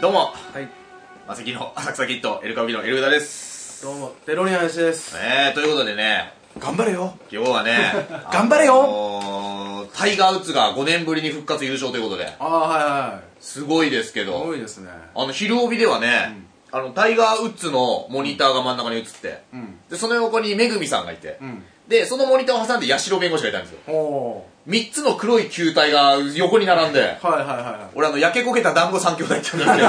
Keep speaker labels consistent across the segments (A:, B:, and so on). A: どうも
B: はい
A: マセキの浅草キッドエルカビのエルグダです
B: どうもペロリアン林です
A: えー、ということでね
B: 頑張れよ
A: 今日はね
B: 頑張れよ
A: あのータイガー・ウッズが5年ぶりに復活優勝ということで
B: ああはいはい
A: すごいですけ
B: すご
A: ど
B: いですね
A: あの昼帯ではね、あのタイガー・ウッズのモニターが真ん中に映って、
B: うん
A: でその横にめぐみさんがいて、
B: うん
A: でそのモニターを挟んで八代弁護士がいたんですよ
B: おお
A: 3つの黒い球体が横に並んで
B: ーはいはいは
A: 俺あの焼け焦げた団子三兄弟って言うんですけ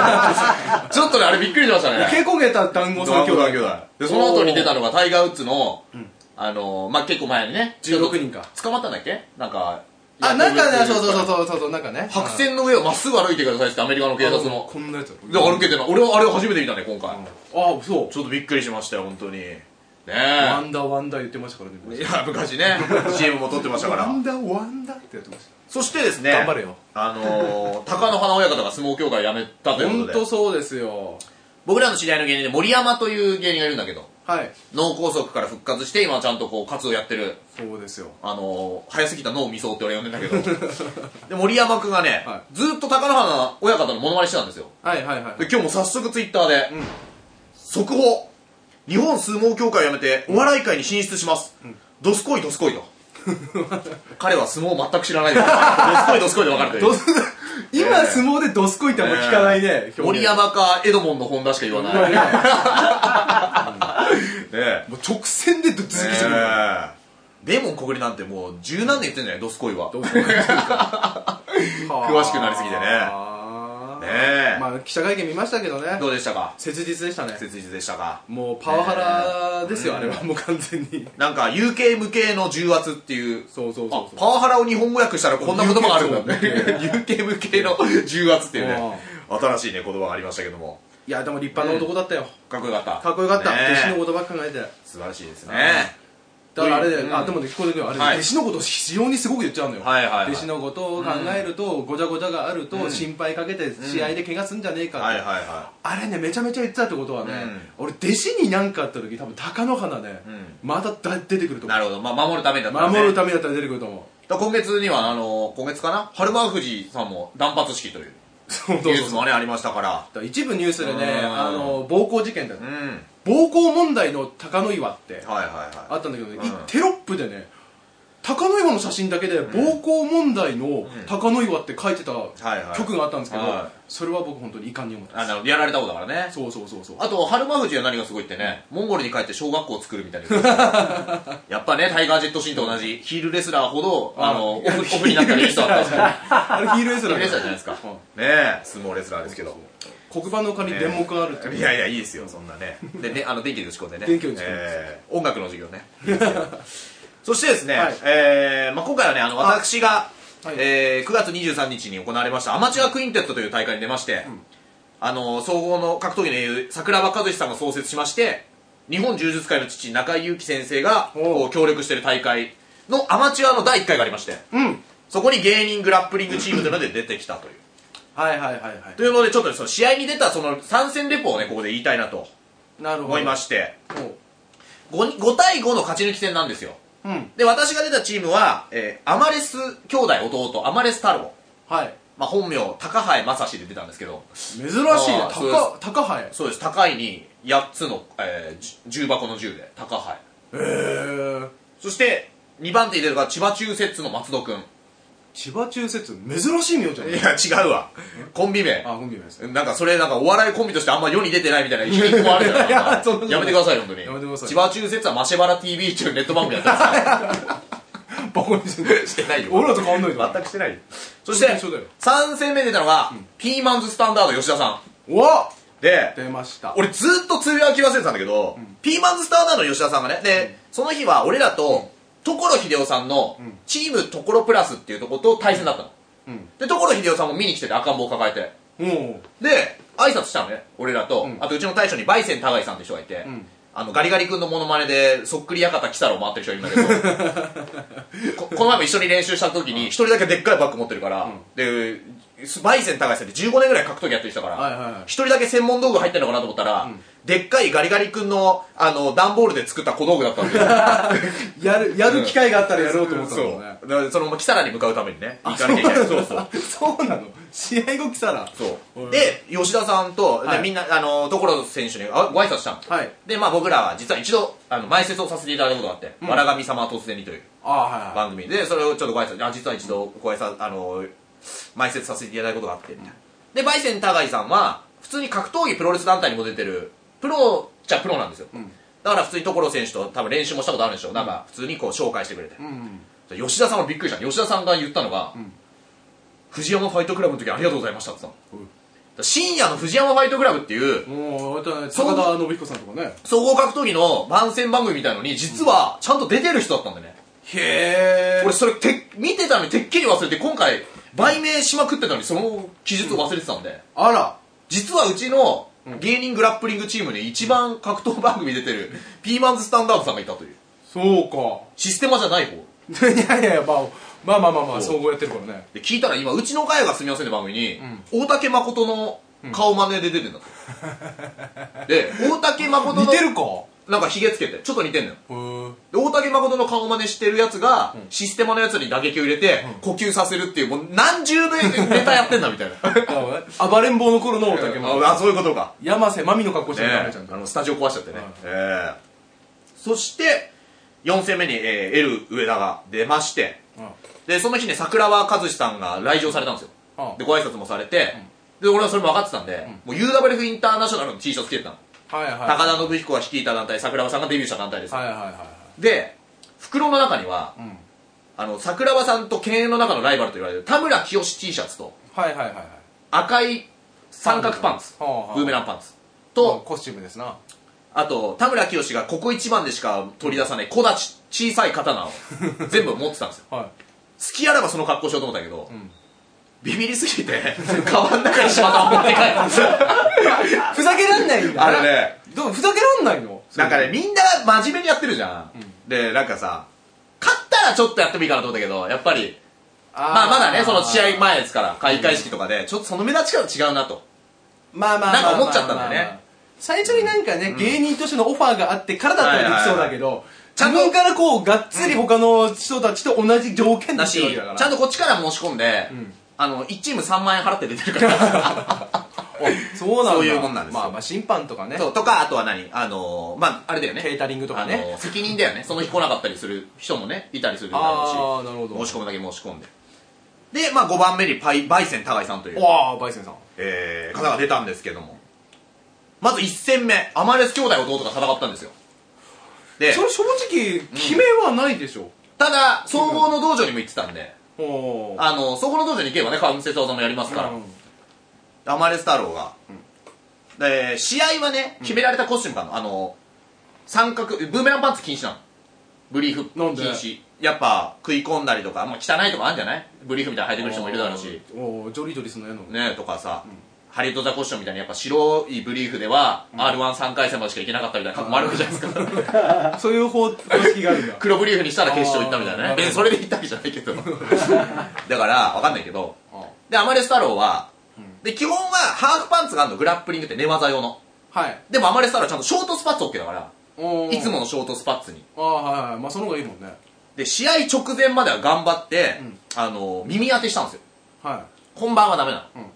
A: どちょっとねあれびっくりしましたね
B: いけこげた団子三兄弟
A: でその後に出たのがタイガー・ウッズの、あのーまあ結構前にね
B: 16人か
A: 捕まったんだっけなんか
B: あなんかね
A: 薬
B: そう
A: 物
B: そうそうそうそうそうなんかね
A: 白線の上をまっすぐ歩いてくださいってアメリカの警
B: はい
A: 察
B: あの
A: の
B: こんなやつ
A: で歩けてない俺はあれを初めて見たね今回、
B: ああそう
A: ちょっとびっくりしましたよ本当にねえ
B: ワンダーワンダー言ってましたからね
A: いや昔ね CM も撮ってましたか
B: ワ
A: ら
B: ンダーワンダーってやってまし
A: そしてですね
B: 頑張れよ
A: あ のー、鷹の花親方が相撲協会辞めたと
B: た
A: い
B: 本
A: うこと
B: 当
A: で
B: そうですよ
A: 僕らの知り合いの芸人で森山という芸人がいるんだけど
B: はい
A: 脳梗塞から復活して今はちゃんとこう活動やってる
B: そうですよ
A: あのー、早すぎた脳みそって俺呼んでんだけどで森山君がね、
B: は
A: ずーっと貴乃花親方のモノマネしてたんですよ
B: はいはいはい
A: で今日も早速ツイッターで、
B: ん
A: 速報日本相撲協会を辞めてお笑い界に進出します、どすこいどすこい と彼は相撲を全く知らないですどすこいどすこいで分かるという
B: どす今相撲でドスコイってあんま聞かないね表現
A: 森山かエドモンの本田しか言わ
B: う
A: ない
B: ん
A: ね え
B: もう直線でドツキする
A: ねえデーモン小暮なんてもう十何年言ってんじゃないどすこいは
B: どうぞ詳
A: 詳しくなりすぎてねねえ
B: まあ記者会見見ましたけどね
A: どうでしたか
B: 切実でしたね
A: 切実でしたか
B: もうパワハラですよ、あれはもう完全に
A: なんか UK 向けの重圧っていう
B: そうそう
A: あ
B: そう
A: パワハラを日本語訳したらこんな言葉があるんだね UK 向け の重圧っていうね新しいね言葉がありましたけども
B: いやでも立派な男だったよ、
A: かっこよかった
B: かっこよかった、
A: ねえ
B: 弟子のことばっか考えて
A: 素晴らしいですね
B: だからあれで、
A: うん
B: あでもね聞こえてくるあれ、
A: はい
B: 弟子のことを非常にすごく言っちゃうのよ、
A: はいはいはい
B: 弟子のことを考えると、ごちゃごちゃがあると、心配かけて試合で怪我すんじゃねえかって、
A: はいはいは
B: あれねめちゃめちゃ言ってたってことはね、俺弟子になんかあった時多分貴乃花ね、まただ出てくると
A: い
B: 思
A: なるほど、まあ、守るためにだ
B: う
A: ったらね
B: 守るためだったら出てくると思う
A: だから今月にはあの今月かな春馬富士さんも断髪式という
B: そう
A: ニ
B: そ
A: ュ
B: う
A: ー
B: そう
A: スもねありましたから
B: 一部ニュースでね
A: うん
B: あの暴行事件だ
A: うんはい
B: 暴行問題の高野岩って
A: はいはい
B: あったんだけどね、
A: うん
B: いテロップでね高野岩の写真だけで暴行問題の高野岩って書いてた
A: はいはい
B: 曲があったんですけど、
A: はい
B: それは僕本当に遺憾に思ってま
A: あ
B: す
A: なるほどやられた方だからね
B: そうそうそうそう
A: あと、春馬富士は何がすごいってね、モンゴルに帰って小学校を作るみたい な。やっぱね、タイガー・ジェットシーンと同じ、ヒールレスラーほど、あの、オフオフになったらいい人だったんですよ。
B: あれヒールレス
A: ヒー
B: ラ
A: ル
B: ー
A: レスラー
B: だ
A: じゃないですか。ね
B: うん
A: え、相撲レスラーですけど。
B: 黒板の丘に電目があるっていう
A: いやいや、いいですよ、そんな ね。でね、あの、電気で打ち込んでね。
B: 電気で打ち込んで
A: えー音楽の授業ね。 いいですよそしてですね、
B: はい
A: えーまあ今回はね、あの、私が、
B: はい
A: えー9月23日に行われましたアマチュアクインテットという大会に出まして、あの総合の格闘技の英雄桜庭和志さんが創設しまして日本柔術界の父中井裕貴先生が
B: おう
A: こう協力している大会のアマチュアの第1回がありまして、
B: うん
A: そこに芸人グラップリングチームというので出てきたという
B: はいはいはいは
A: というのでちょっとねその試合に出たその参戦レポをねここで言いたいなと
B: いなるほど
A: 思いまして
B: おう
A: 5, 5対5の勝ち抜き戦なんですよ
B: うん
A: で私が出たチームは、えーアマレス兄弟弟アマレス太郎、
B: はい
A: まあ、本名高橋正史で出たんですけど
B: 珍しいね
A: あーそうです
B: 高高ハエ
A: そうです高いに8つの、えー、じゅ重箱の10で高杯
B: えー、
A: そして2番手に出るのが千葉中節の松戸君
B: 千葉中説珍しい名字じゃない
A: いや違うわコンビ名
B: あ、本名ですね。
A: なんかそれなんかお笑いコンビとしてあんま世に出てないみたいな一面もあるじゃない
B: い やいやそんなことない
A: やめてくださいよ本当に
B: やめてください
A: 千葉中節はマシェバラ TV っていうネット番組やってますから
B: バカにして
A: してないよ
B: 俺らと変わんないだろ。
A: 全くしてないよそし
B: 本当
A: て
B: に一緒だよ
A: 3戦目に出たのが、ピーマンズスタンダード吉田さ
B: おわ
A: んで
B: 出ました。
A: 俺ずっとつぶやき忘れてたんだけど、ピーマンズスターダーの吉田さんがね、で、その日は俺らと、所秀夫さんの、チーム所プラスっていうとこと対戦だったの。
B: うん。
A: で、所秀夫さんも見に来てて赤ん坊を抱えて。
B: も
A: で、挨拶したのね、俺らと、
B: ん
A: あとうちの大将にバイセン高井さんって人がいて、
B: ん
A: あの、ガリガリ君のモノマネで、そっくり館来たを回ってる人いるんだけ ど、ここの前も一緒に練習した時に、一人だけでっかいバッグ持ってるから、で、バイセン高橋さんって15年ぐらい格闘技やってる人だから、
B: はいはいはい
A: 一人だけ専門道具入ってるのかなと思ったら、でっかいガリガリ君の、あの、段ボールで作った小道具だったんですよ。
B: やるやる機会があった らやろうと思った
A: そ
B: もん
A: う。
B: ね
A: だからそのままキサラに向かうためにね、行かなきゃいけない。そうそう。
B: そうなの試合後来たら
A: そううんで吉田さんと、で
B: はい
A: みんなあの所選手にあご挨拶したの、
B: はい
A: でまあ僕らは実は一度あの前説をさせていただいたことがあって「わらがみ様は突然に」という
B: ああはいはい
A: 番組でそれをちょっとご挨拶あ実は一度ご挨拶あの前説させていただいたことがあってみたいなでバイセン高井さんは普通に格闘技プロレス団体にも出てるプロっちゃプロなんですよ、だから普通に所選手と多分練習もしたことあるんでしょうなんか普通にこう紹介してくれて、
B: うん
A: 吉田さんはびっくりした吉田さんが言ったのが、藤山ファイトクラブの時ありがとうございましたって言ったの、
B: うん
A: だから深夜の藤山ファイトクラブっていう
B: もうあとね
A: そう
B: 高田信彦さんとかね
A: 総合格闘技の番宣番組みたいのに実はちゃんと出てる人だったんだよね、
B: へ
A: 俺それて見てたのにてっきり忘れて今回売名しまくってたのにその記述を忘れてたんで、
B: あら
A: 実はうちの芸人グラップリングチームで一番格闘番組出てるピーマンズスタンダードさんがいたという
B: そうか
A: システマじゃない方
B: いやいやいや、まあ、まあまあまあまあ
A: そう
B: 総合やってるからね
A: で聞いたら今うちの会がすみませんの番組に、大竹誠の顔真似で出てん だって、で大竹誠の
B: 似てるか
A: なんかひげつけてちょっと似てんのよ
B: へー
A: で大竹誠の顔真似してるやつが、システマのやつに打撃を入れて、呼吸させるっていうもう何十年ネタやってんだみたいな
B: 暴れん坊の頃 の大竹も
A: ああそういうことか
B: 山瀬まみの格好してるからね
A: ね
B: ちゃんと
A: あのスタジオ壊しちゃってね、
B: はい
A: ええそして4戦目に、えー、L 上田が出まして
B: あ
A: でその日ね桜庭和志さんが来場されたんですよ
B: あ
A: でご挨拶もされて、で俺はそれも分かってたんで、もう UWF インターナショナルの T シャツ着てたの、
B: はいはい
A: 高田信彦が率いた団体桜庭さんがデビューした団体です、
B: はいはいはいは
A: で袋の中には、
B: ん
A: あの桜庭さんと犬猿の中のライバルと言われる田村清 T シャツと
B: いはいはいはいはい
A: 赤い三角パンツ、
B: はあはあ
A: ブーメランパンツと、
B: とコスチュームですな
A: あと田村清がここ一番でしか取り出さない小立ち小さい刀 を全部持ってたんですよ
B: は
A: 隙あらばその格好しようと思ったけど、ビビりすぎて川の中にしまった持って帰ったんですよ
B: いふざけらんないん だ
A: あれね
B: どうふざけらんないの
A: なんかね、みんな真面目にやってるじゃん。で、なんかさ、勝ったらちょっとやってもいいかなと思ったけど、やっぱり、まあまだね、その試合前ですから、開会式とかで、ちょっとその目立ち方違うなと。
B: まあまあまあ
A: なんか思っちゃったんだよね
B: まあまあまあ最初になんかね、芸人としてのオファーがあってからだったらできそうだけど、自分からこう、がっつり他の人たちと同じ条件
A: だ
B: だし
A: し、、ちゃん
B: と、
A: とこっちから申し込んで、あの、1チーム3万円払って出てる から。
B: おそうなんだ
A: そういうもんなんですよ
B: まあまあ、審判とかね。
A: そう、とか、あとは何あの、まあ、あれだよね。
B: ケータリングとかね
A: あの責任だよね。その日来なかったりする人もね、いたりするだ
B: あ
A: ろ
B: あ、
A: う
B: なるほど。
A: し、申し込むだけ申し込んで。で、まあ、5番目にパイ、バイセン高井さんという。
B: わあ、バイセンさん。
A: えー、方が出たんですけどもまず1戦目アマレス兄弟弟が戦ったんですよで
B: それ正直、決めはないでしょ。
A: ただ総合の道場にも行ってたんで、
B: ほう
A: あの総合の道場に行けばね関節技もやりますから、
B: うん
A: アマレス太郎が、で試合はね決められたコスチュームかなあの三角ブーメランパンツ禁止なのブリーフ
B: なんで
A: 禁止やっぱ食い込んだりとか、まあ、汚いとかあるんじゃないブリーフみたいなの履いてくる人もいるだろうし
B: おージョリジョリすんのやの。
A: ねとかさ、ハリウッドザコッションみたいにやっぱ白いブリーフでは r 1 3回戦までしか行けなかったみたいな過去もあるわけじゃないですか。
B: そういう方方式があるんだ
A: 黒ブリーフにしたら決勝行ったみたいな
B: あ
A: ね
B: ー
A: 別にそれで行ったわけじゃないけどだからわかんないけど
B: あ
A: でアマレス太郎は、で基本はハーフパンツがあるのグラップリングって寝技用の
B: はい。
A: でもアマレス太郎はちゃんとショートスパッツ OK だから
B: おー
A: いつも。のショートスパッツに
B: ああ、はいはい。まあ、その方がいいもんね。
A: で試合直前までは頑張って、あの耳当てしたんですよ
B: は
A: 本番はダメなの、
B: うん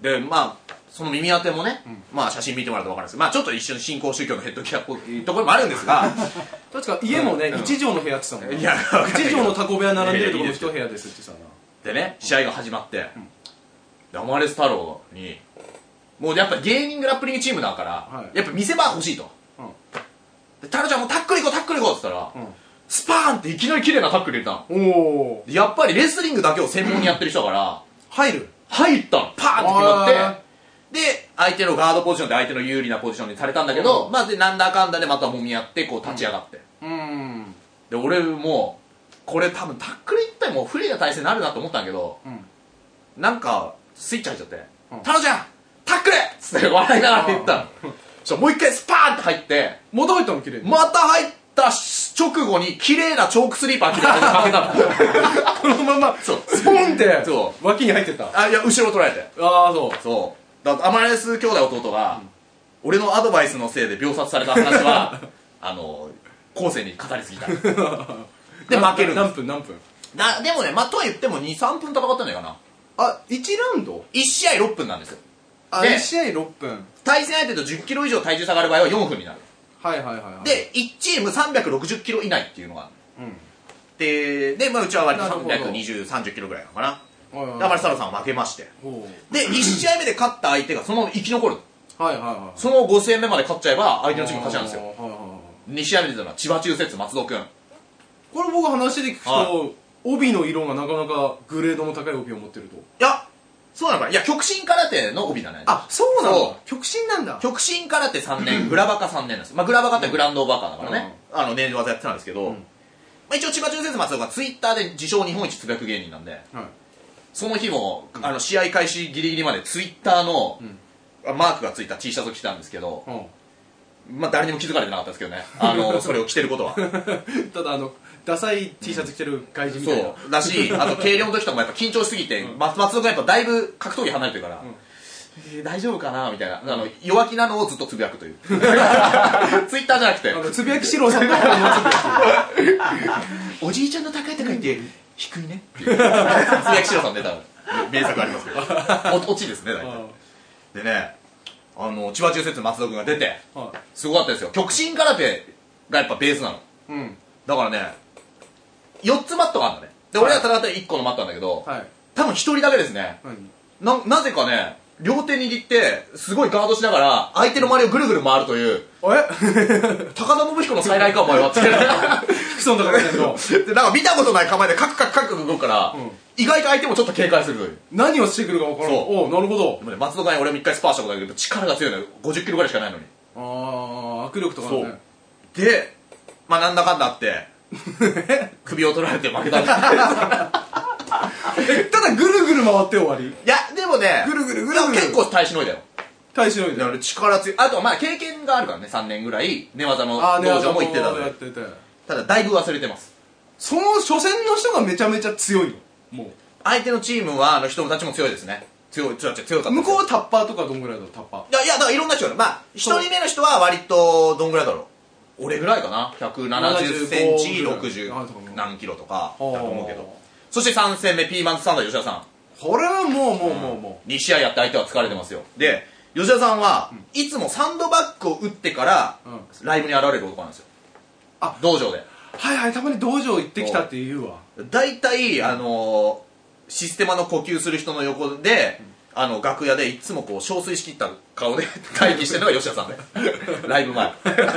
A: でまあその耳当てもね、まあ写真見てもらうと分かるんですけどまあちょっと一瞬新興宗教のヘッドギアっぽいところもあるんですが
B: い。確か、家もね、一畳の部屋って言ってたもんね。
A: いやわかんない
B: 一
A: けど
B: 畳のタコ部屋並んでるところの一部屋ですって言って
A: でね試合が始まって、でアマレス太郎にもうやっぱ芸人グラップリングチームだから、
B: はい
A: やっぱ見せ場欲しいと、
B: うん
A: でタロちゃんもうタックル行こうタックル行こうって言ったら、
B: ん
A: スパーンっていきなり綺麗なタックル入れたの
B: たな。おー。
A: でやっぱりレスリングだけを専門にやってる人だから、
B: 入る
A: 入ったのパーンって決まって
B: あ
A: で相手のガードポジションで相手の有利なポジションにされたんだけど、まあでなんだかんだでまた揉み合ってこう立ち上がって、
B: うーん。
A: で俺もこれ多分タックル一体もう不利な体勢になるなと思ったんだけど、
B: ん
A: なんかスイッチ入っちゃって
B: うん
A: 「タ、ロ、ちゃんタックル!」っつって笑いながら言ったの、そしたらもう一回スパーンって入って
B: また入ったの綺麗に。
A: また入っった直後に綺麗なチョークスリーパー着てたのにかけ たの
B: このまま
A: そう
B: スポンって
A: そ
B: 脇に入ってったあ
A: あいや後ろ取られて
B: あそ
A: そうだアマレス兄弟弟が、俺のアドバイスのせいで秒殺された話 はあの後世に語りすぎた
B: う
A: で負けるんで
B: 何
A: す
B: 分何分
A: なでもねまあとは言っても23分戦ったんじゃないかな
B: あ一1ラウンド
A: 1試合6分なんですよ
B: あ
A: で
B: 1試合6分
A: 対戦相手と1 0キロ以上体重差がある場合は4分になる
B: はいはいはいはい、
A: で1チーム3 6 0キロ以内っていうのがある
B: うん
A: でで、まあ、うちは割と
B: なるほど
A: 320、30キロぐらいなのかな。
B: はいはい
A: だから、サロさんは負けまして。
B: おう
A: で、1試合目で勝った相手がそのまま生き残る。
B: はいはいはい
A: その5戦目まで勝っちゃえば、相手のチーム勝ちなんですよ。
B: あーはいはいはい
A: 2試合目で出たのは千葉中節、松戸くん。
B: これ僕話で聞くと、
A: は
B: 帯の色がなかなかグレードの高い帯を持ってると
A: いや、そうなのかいや、極真空手の帯だね。
B: そう
A: なんだ
B: 極真なんだ
A: 極真空手3年、グラバカ3年なんです。まあ、グラバカってグランドバカだからね。あの、年技やってたんですけど、
B: うん
A: まあ、一応千葉中節、松戸がツイッターで自称日本一つぶやく芸人なんで、
B: はい
A: その日も、あの、試合開始ギリギリまでツイッターの、マークがついた T シャツを着てたんですけど、
B: う
A: まあ、誰にも気づかれてなかったですけどね、あのそれを着てること は。
B: ん、ただあのダサい T シャツ着てる外人み
A: そ
B: たいな、
A: うだし、あと軽量の時とかもやっぱ緊張しすぎて、松松戸君やっぱだいぶ格闘技離れてるから、えー大丈夫かなみたいな、あの弱気なのをずっとつぶやくと いう、ツイッターじゃなくて
B: あ、のつぶやき四郎さんがあのつぶやき
A: おじいちゃんの高い高いって、低いねっていう、つぶやきしろさん出た名作ありますけ ど、お落ちですね、大体。でね、あの千葉中説松戸君が出て、
B: は
A: すごかったですよ、極真空手がやっぱベースなの。
B: い、うん
A: だからね4つマットがあるんだねで俺ら戦った1個のマットなんだけど、
B: はい
A: 多分1人だけですね
B: 何
A: ななぜかね両手握ってすごいガードしながら相手の周りをぐるぐる回るという
B: え
A: 高田信彦の再来かお前は って
B: ヒクソンとかみたい なの
A: でなんか見たことない構えでカクカクカクカク動くから、
B: ん
A: 意外と相手もちょっと警戒するという
B: 何をしてくるか分からん
A: そう
B: おうなるほど
A: でもね松戸がね俺も1回スパーしたことあるけど力が強いのよ50キロぐらいしかないのに
B: あー握力とかね
A: でまあなんだかんだあって 首を取られて負けたんです
B: えただぐるぐる回って終わり
A: いやでもね
B: ぐるぐるぐるぐる
A: でも結構耐えしのいだよ
B: 大使のみ
A: だ
B: たい
A: か
B: な
A: ら力強いあとはまあ経験があるからね3年ぐらい寝技の
B: あーね
A: 道場も行ってたの
B: やっ
A: で
B: てて
A: ただだいぶ忘れてます
B: その初戦の人がめちゃめちゃ強いのも
A: 相手のチームはあの人たちも強いですね強い強い強か
B: う
A: った
B: 向こう
A: う
B: はタッパーとかどんぐらいだろうタッパ
A: い
B: ー
A: やいやだからいろんな人がいるまあ1人目の人は割とどんぐらいだろう俺ぐらいかな1 7 0ンチ
B: 75
A: 60何キロとかだ
B: あー
A: と思うけどそして3戦目ピーマンズサンダー吉田さ
B: これはもうもうもうも
A: ん2試合やって相手は疲れてますよで吉田さんはいつもサンドバッグを打ってから
B: うん
A: ライブに現れる男なんですよ
B: あ
A: 道場で
B: うはいはいたまに道場行ってきたって言うわ
A: 大体、あのーシステマの呼吸する人の横で、あの楽屋でいつもこう憔悴しきった顔 で会議してるのが吉田さんで ライブ前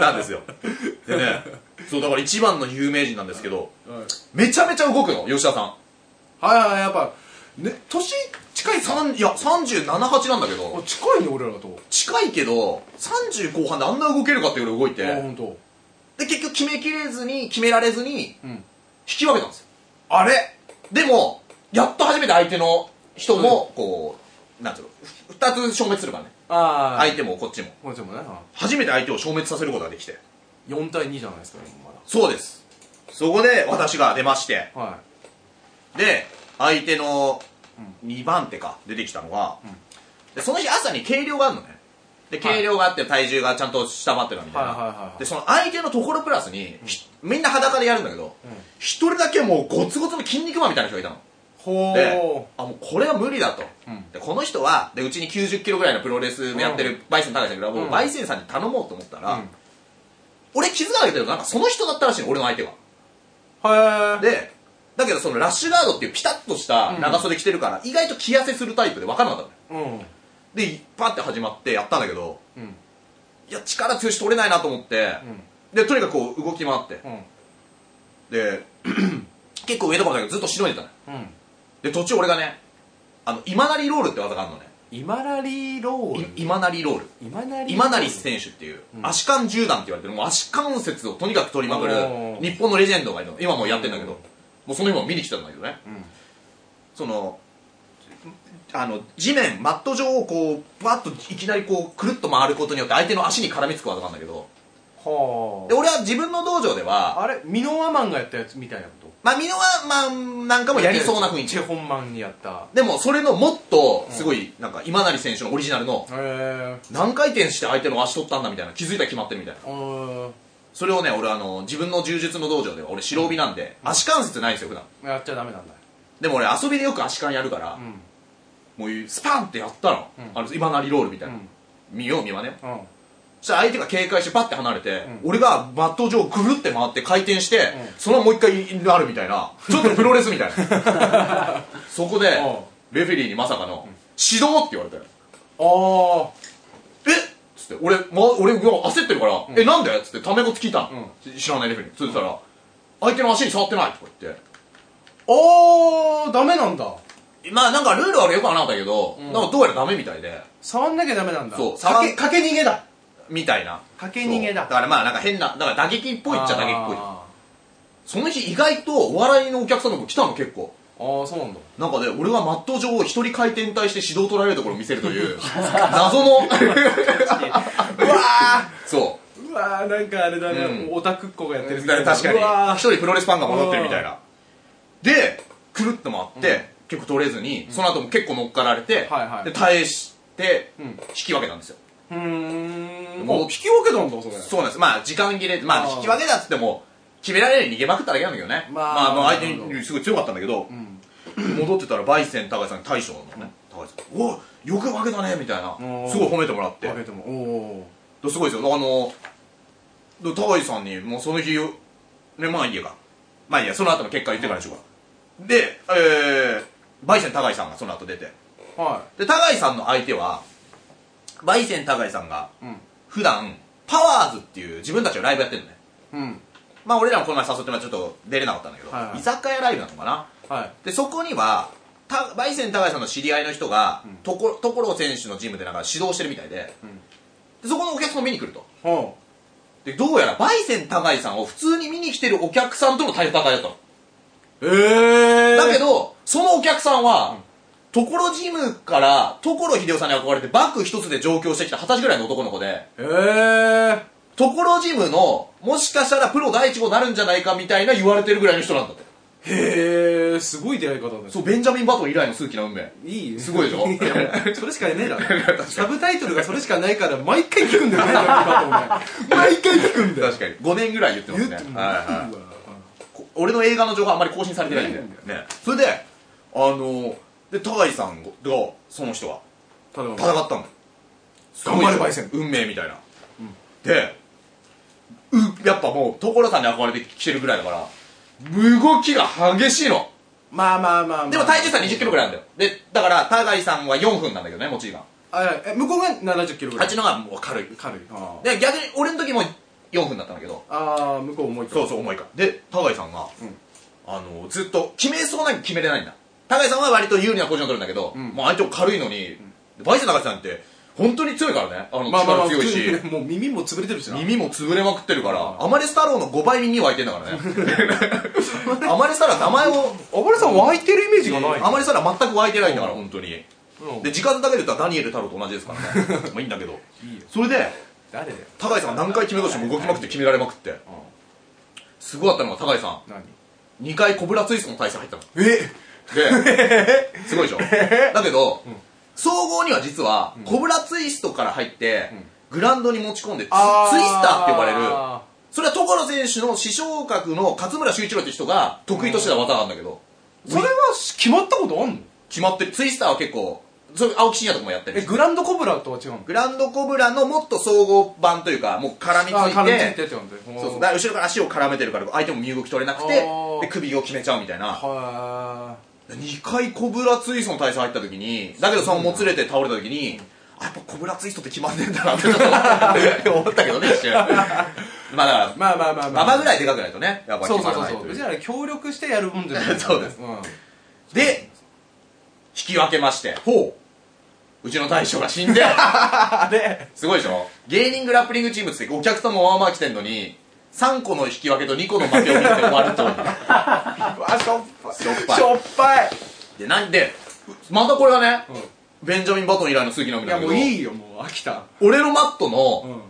A: なんですよでねそうだから一番の有名人なんですけど
B: はい
A: めちゃめちゃ動くの吉田さん
B: はいはいやっぱね年
A: 近い三いや378なんだけ
B: あ
A: ど
B: 近いね俺らと
A: 近いけど30後半であんな動けるかっていうぐらい動いて
B: あ本当。
A: で結局決めきれずに決められずに
B: うん
A: 引き分けたんですよあれでもやっと初めて相手の人もこう、なんていうのふ二つ消滅するからね、
B: ああ
A: 相手もこっちも
B: これでもねあ
A: 初めて相手を消滅させることができて
B: 4対2じゃないですか今ま
A: そうですそこで私が出まして
B: だは
A: で相手の2番手か出てきたのが、でその日朝に計量があるのねで
B: はい
A: 計量があって体重がちゃんと下回ってるみたいな、
B: はいはいはいはい
A: でその相手のところプラスに、ひみんな裸でやるんだけど
B: ん
A: 一、人だけもうゴツゴツの筋肉マンみたいな人がいたの
B: ほ
A: で
B: ー
A: あもうこれは無理だと、
B: うん
A: でこの人はでうちに9 0キロぐらいのプロレスやって
B: う
A: るバイセン高橋さんいるからもううんバイセンさんに頼もうと思ったら、
B: うん
A: 俺気づかないけどなんかその人だったらしいの俺の相手は
B: はい
A: でだけどそのラッシュガードっていうピタッとした長袖着てるから、意外と着痩せするタイプで分からなかったの
B: うん
A: でパッて始まってやったんだけど
B: うん
A: いや力強し取れないなと思って、でとにかくこう動き回って
B: うん
A: で 結構上とかもだけどずっとしのいでたのよ
B: うん
A: で途中俺がねあの今成ロールって技があるのね
B: 今なりロール
A: い今成ロール
B: 今なり
A: 今成選手っていう、足関銃弾って言われてるもう足関節をとにかく取りまくる
B: おー
A: 日本のレジェンドがいるの今もうやってんだけど、もうその今も見に来たんだけどね、
B: ん
A: そのあの地面マット上をこうバッといきなりこうくるっと回ることによって相手の足に絡みつく技なんだけど
B: は
A: で俺は自分の道場で
B: あ
A: は
B: あれミノワマンがやったやつみたいなこ
A: まあミノワマンなんか
B: と
A: もやりそうな雰囲
B: チ
A: 気
B: ェホンマンにやった
A: でもそれのもっとすごいなんか今成選手のオリジナルの
B: へえ
A: 何回転して相手の足取ったんだみたいな気づいたら決まってるみたいな
B: うん
A: それをね俺あの自分の柔術の道場では俺白帯なんで足関節ないんですよ普段
B: やっちゃダメなんだ
A: でも俺遊びでよく足関やるから、
B: うん
A: もうスパンってやったの,、
B: うん
A: あの今なりロールみたいな、
B: うん
A: 見よう見まね
B: うん
A: そしたら相手が警戒してパッて離れて、
B: うん
A: 俺がマット上をぐるって回って回転して、
B: うん
A: そのままもう一回なるみたいなちょっとプロレスみたいなそこで
B: うん
A: レフェリーにまさかの「指導」って言われたよ
B: あ
A: えっつって俺,、ま、俺うわ焦ってるから「えなんで?」っつってタメ語って聞いたの、知らないレフェリーにつったら、相手の足に触ってない」とか言って
B: ああダメなんだ
A: まあなんかルールは俺よくわからなかったけど、なんかどうやらダメみたいで
B: 触んなきゃダメなんだ
A: そう触
B: か
A: ん
B: けかけ逃げだ
A: みたいな
B: かけ逃げだ
A: そうだからまあなんか変なだから打撃っぽいっちゃ打撃っぽい
B: あ
A: その日意外とお笑いのお客さんの方来たの結構
B: ーあーそうなんだ
A: なんかね俺がマット上を一人回転体して指導を取られるところを見せるという 謎 の
B: うわ
A: そう
B: ーうわーなんかあれだね、
A: うん
B: オタクっ子がやってる
A: 確か
B: うわ
A: に一
B: ー
A: 人プロレスファンが戻ってるみたいなでくるっと回って、結構取れずにその後も結構乗っかられて、
B: はいはい
A: で耐えして、
B: うん
A: 引き分けたんですよ
B: うーんあ
A: もう
B: 引き分けたんだそれ
A: そうなんですまあ時間切れま
B: あ
A: あ
B: ー
A: 引き分けだっつっても決められるに逃げまくっただけなんだけどね
B: まあ
A: まあ、まあ、相
B: な
A: 手
B: るほど
A: にすごい強かったんだけど、
B: ん
A: 戻ってたらバイセン高橋さん大将なのね、高橋さん「おおよく負けたね」みたいな
B: ー
A: すごい褒めてもらって
B: 分けてもお
A: ですごいですよあので高橋さんにもうその日ねまあいいやかまあいいやその後の結果言ってからでしょうか、でえー、バイセン高橋さんがその後出て
B: おは
A: で高橋さんの相手はバイセン高橋さんが
B: いうん
A: 普段パワーズっていう自分たちのライブやってるのね
B: うん
A: まあ俺らもこの前誘ってもらってちょっと出れなかったんだけど、
B: はいはい
A: 居酒屋ライブなのかな
B: はい
A: でそこにはたバイセン高橋さんの知り合いの人が、とこ所選手のジムでなんか指導してるみたいで,、
B: ん
A: でそこのお客さんを見に来ると
B: ほ
A: でどうやらバイセン高井さんを普通に見に来てるお客さんとの対戦いだったの、
B: うええ
A: だけどそのお客さんは、所ジムから所秀夫さんに憧れてバッグ一つで上京してきた二十歳ぐらいの男の子で
B: ええ
A: 所ジムのもしかしたらプロ第一号になるんじゃないかみたいな言われてるぐらいの人なんだって
B: へえすごい出会い方です
A: そうベンジャミン・バトル以来の数奇な運命
B: いいね
A: すごいでしょ
B: それしかね えだろサブタイトルがそれしかないから毎回聞くんだよね今とお前毎回聞くんだよ
A: 確かに5年ぐらい言ってま
B: 言
A: す
B: って
A: ね
B: もいい
A: はいはい
B: わ
A: こ俺の映画の情報あんまり更新されてないんで、
B: ないん
A: ね、それであので高井さんがその人は
B: ただ
A: 戦ったの
B: 頑張れバイセン
A: 運命みたいな、でうやっぱもう所さんに憧れてきてるぐらいだから動きが激しいの
B: まあまあまあまあ
A: でも体重差2 0キロぐらいなんだよでだから高井さんは4分なんだけどね持ち時間
B: あいやえ向こうが70キロぐ
A: あ
B: ら
A: っ
B: い
A: ちの方がもう軽い
B: 軽いあ
A: で逆に俺の時も4分だったんだけど
B: あー向こう重い
A: そうそう重いからで高井さんが、
B: うん
A: あのずっと決めそうなのに決めれないんだ高井さんは割と有利なポジション取るんだけど、
B: ん
A: もう相手も軽いのに、バイセン高井さんって本当に強いからねあの
B: まあまあま
A: 力
B: あ
A: 強いし、
B: 普通にもう耳も潰れてるしな
A: 耳も潰れまくってるからアマレス太郎の5倍耳湧いてんだ からねアマレス太郎は名前を
B: あばれさん湧いてるイメージがない
A: アマレス太郎は全く湧いてないんだから本当に
B: うん
A: で時間だけで言ったらダニエル太郎と同じですからねまあいいんだけど
B: いいよ
A: それで
B: 誰だよ
A: 高井さんが何回決めようとしても動きまくって決められまくってすごかったのが高井さ
B: 何
A: ん2回コブラツイストの体制入ったの
B: え
A: ですごいでしょだけど、総合には実は、コブラツイストから入って、グラウンドに持ち込んでツツイスタ
B: あー
A: ーって呼ばれるそれは所選手の師匠格の勝村修一郎って人が得意としてた技なんだけど、
B: それは決まったことあんの
A: 決まってるツイスターは結構それ青木真也とかもやってる
B: え
A: し
B: グランドコブラとは違うの
A: グラウンドコブラのもっと総合版というかもう絡みつ
B: あ
A: い
B: 絡みつい
A: て
B: てってなんでそう
A: そうそうだから後ろから足を絡めてるから相手も身動き取れなくて
B: あー
A: で首を決めちゃうみたいな
B: は
A: 2回コブラツイストの体操入った時にだけどそのもつれて倒れた時にあやっぱコブラツイストって決まんねえんだなってちょっと思ったけどね一瞬まあだから
B: いまあまあまあま
A: 馬
B: あ
A: 場ぐらいでかくないとねやっぱ
B: そう
A: 決
B: そ
A: ま
B: う
A: ら
B: そう
A: ないと
B: そ
A: いう
B: う別にあれ協力してやるもんじゃな い
A: そうです
B: んは
A: で引き分けまして
B: ほ
A: うちの大将が死んで
B: あれ
A: すごいでしょ芸人グラップリングチームっつってお客さんもまあまあ来てんのに3個の引き分けと2個の負けを見て終わるという
B: わしょっぱい
A: しょっぱい
B: しょっぱい
A: でなんでまたこれがね、
B: う
A: ベンジャミン・バトン以来の鈴木のみ
B: い
A: だ
B: や
A: け
B: も
A: ど
B: ういいよもう飽きた
A: 俺のマットの、
B: うん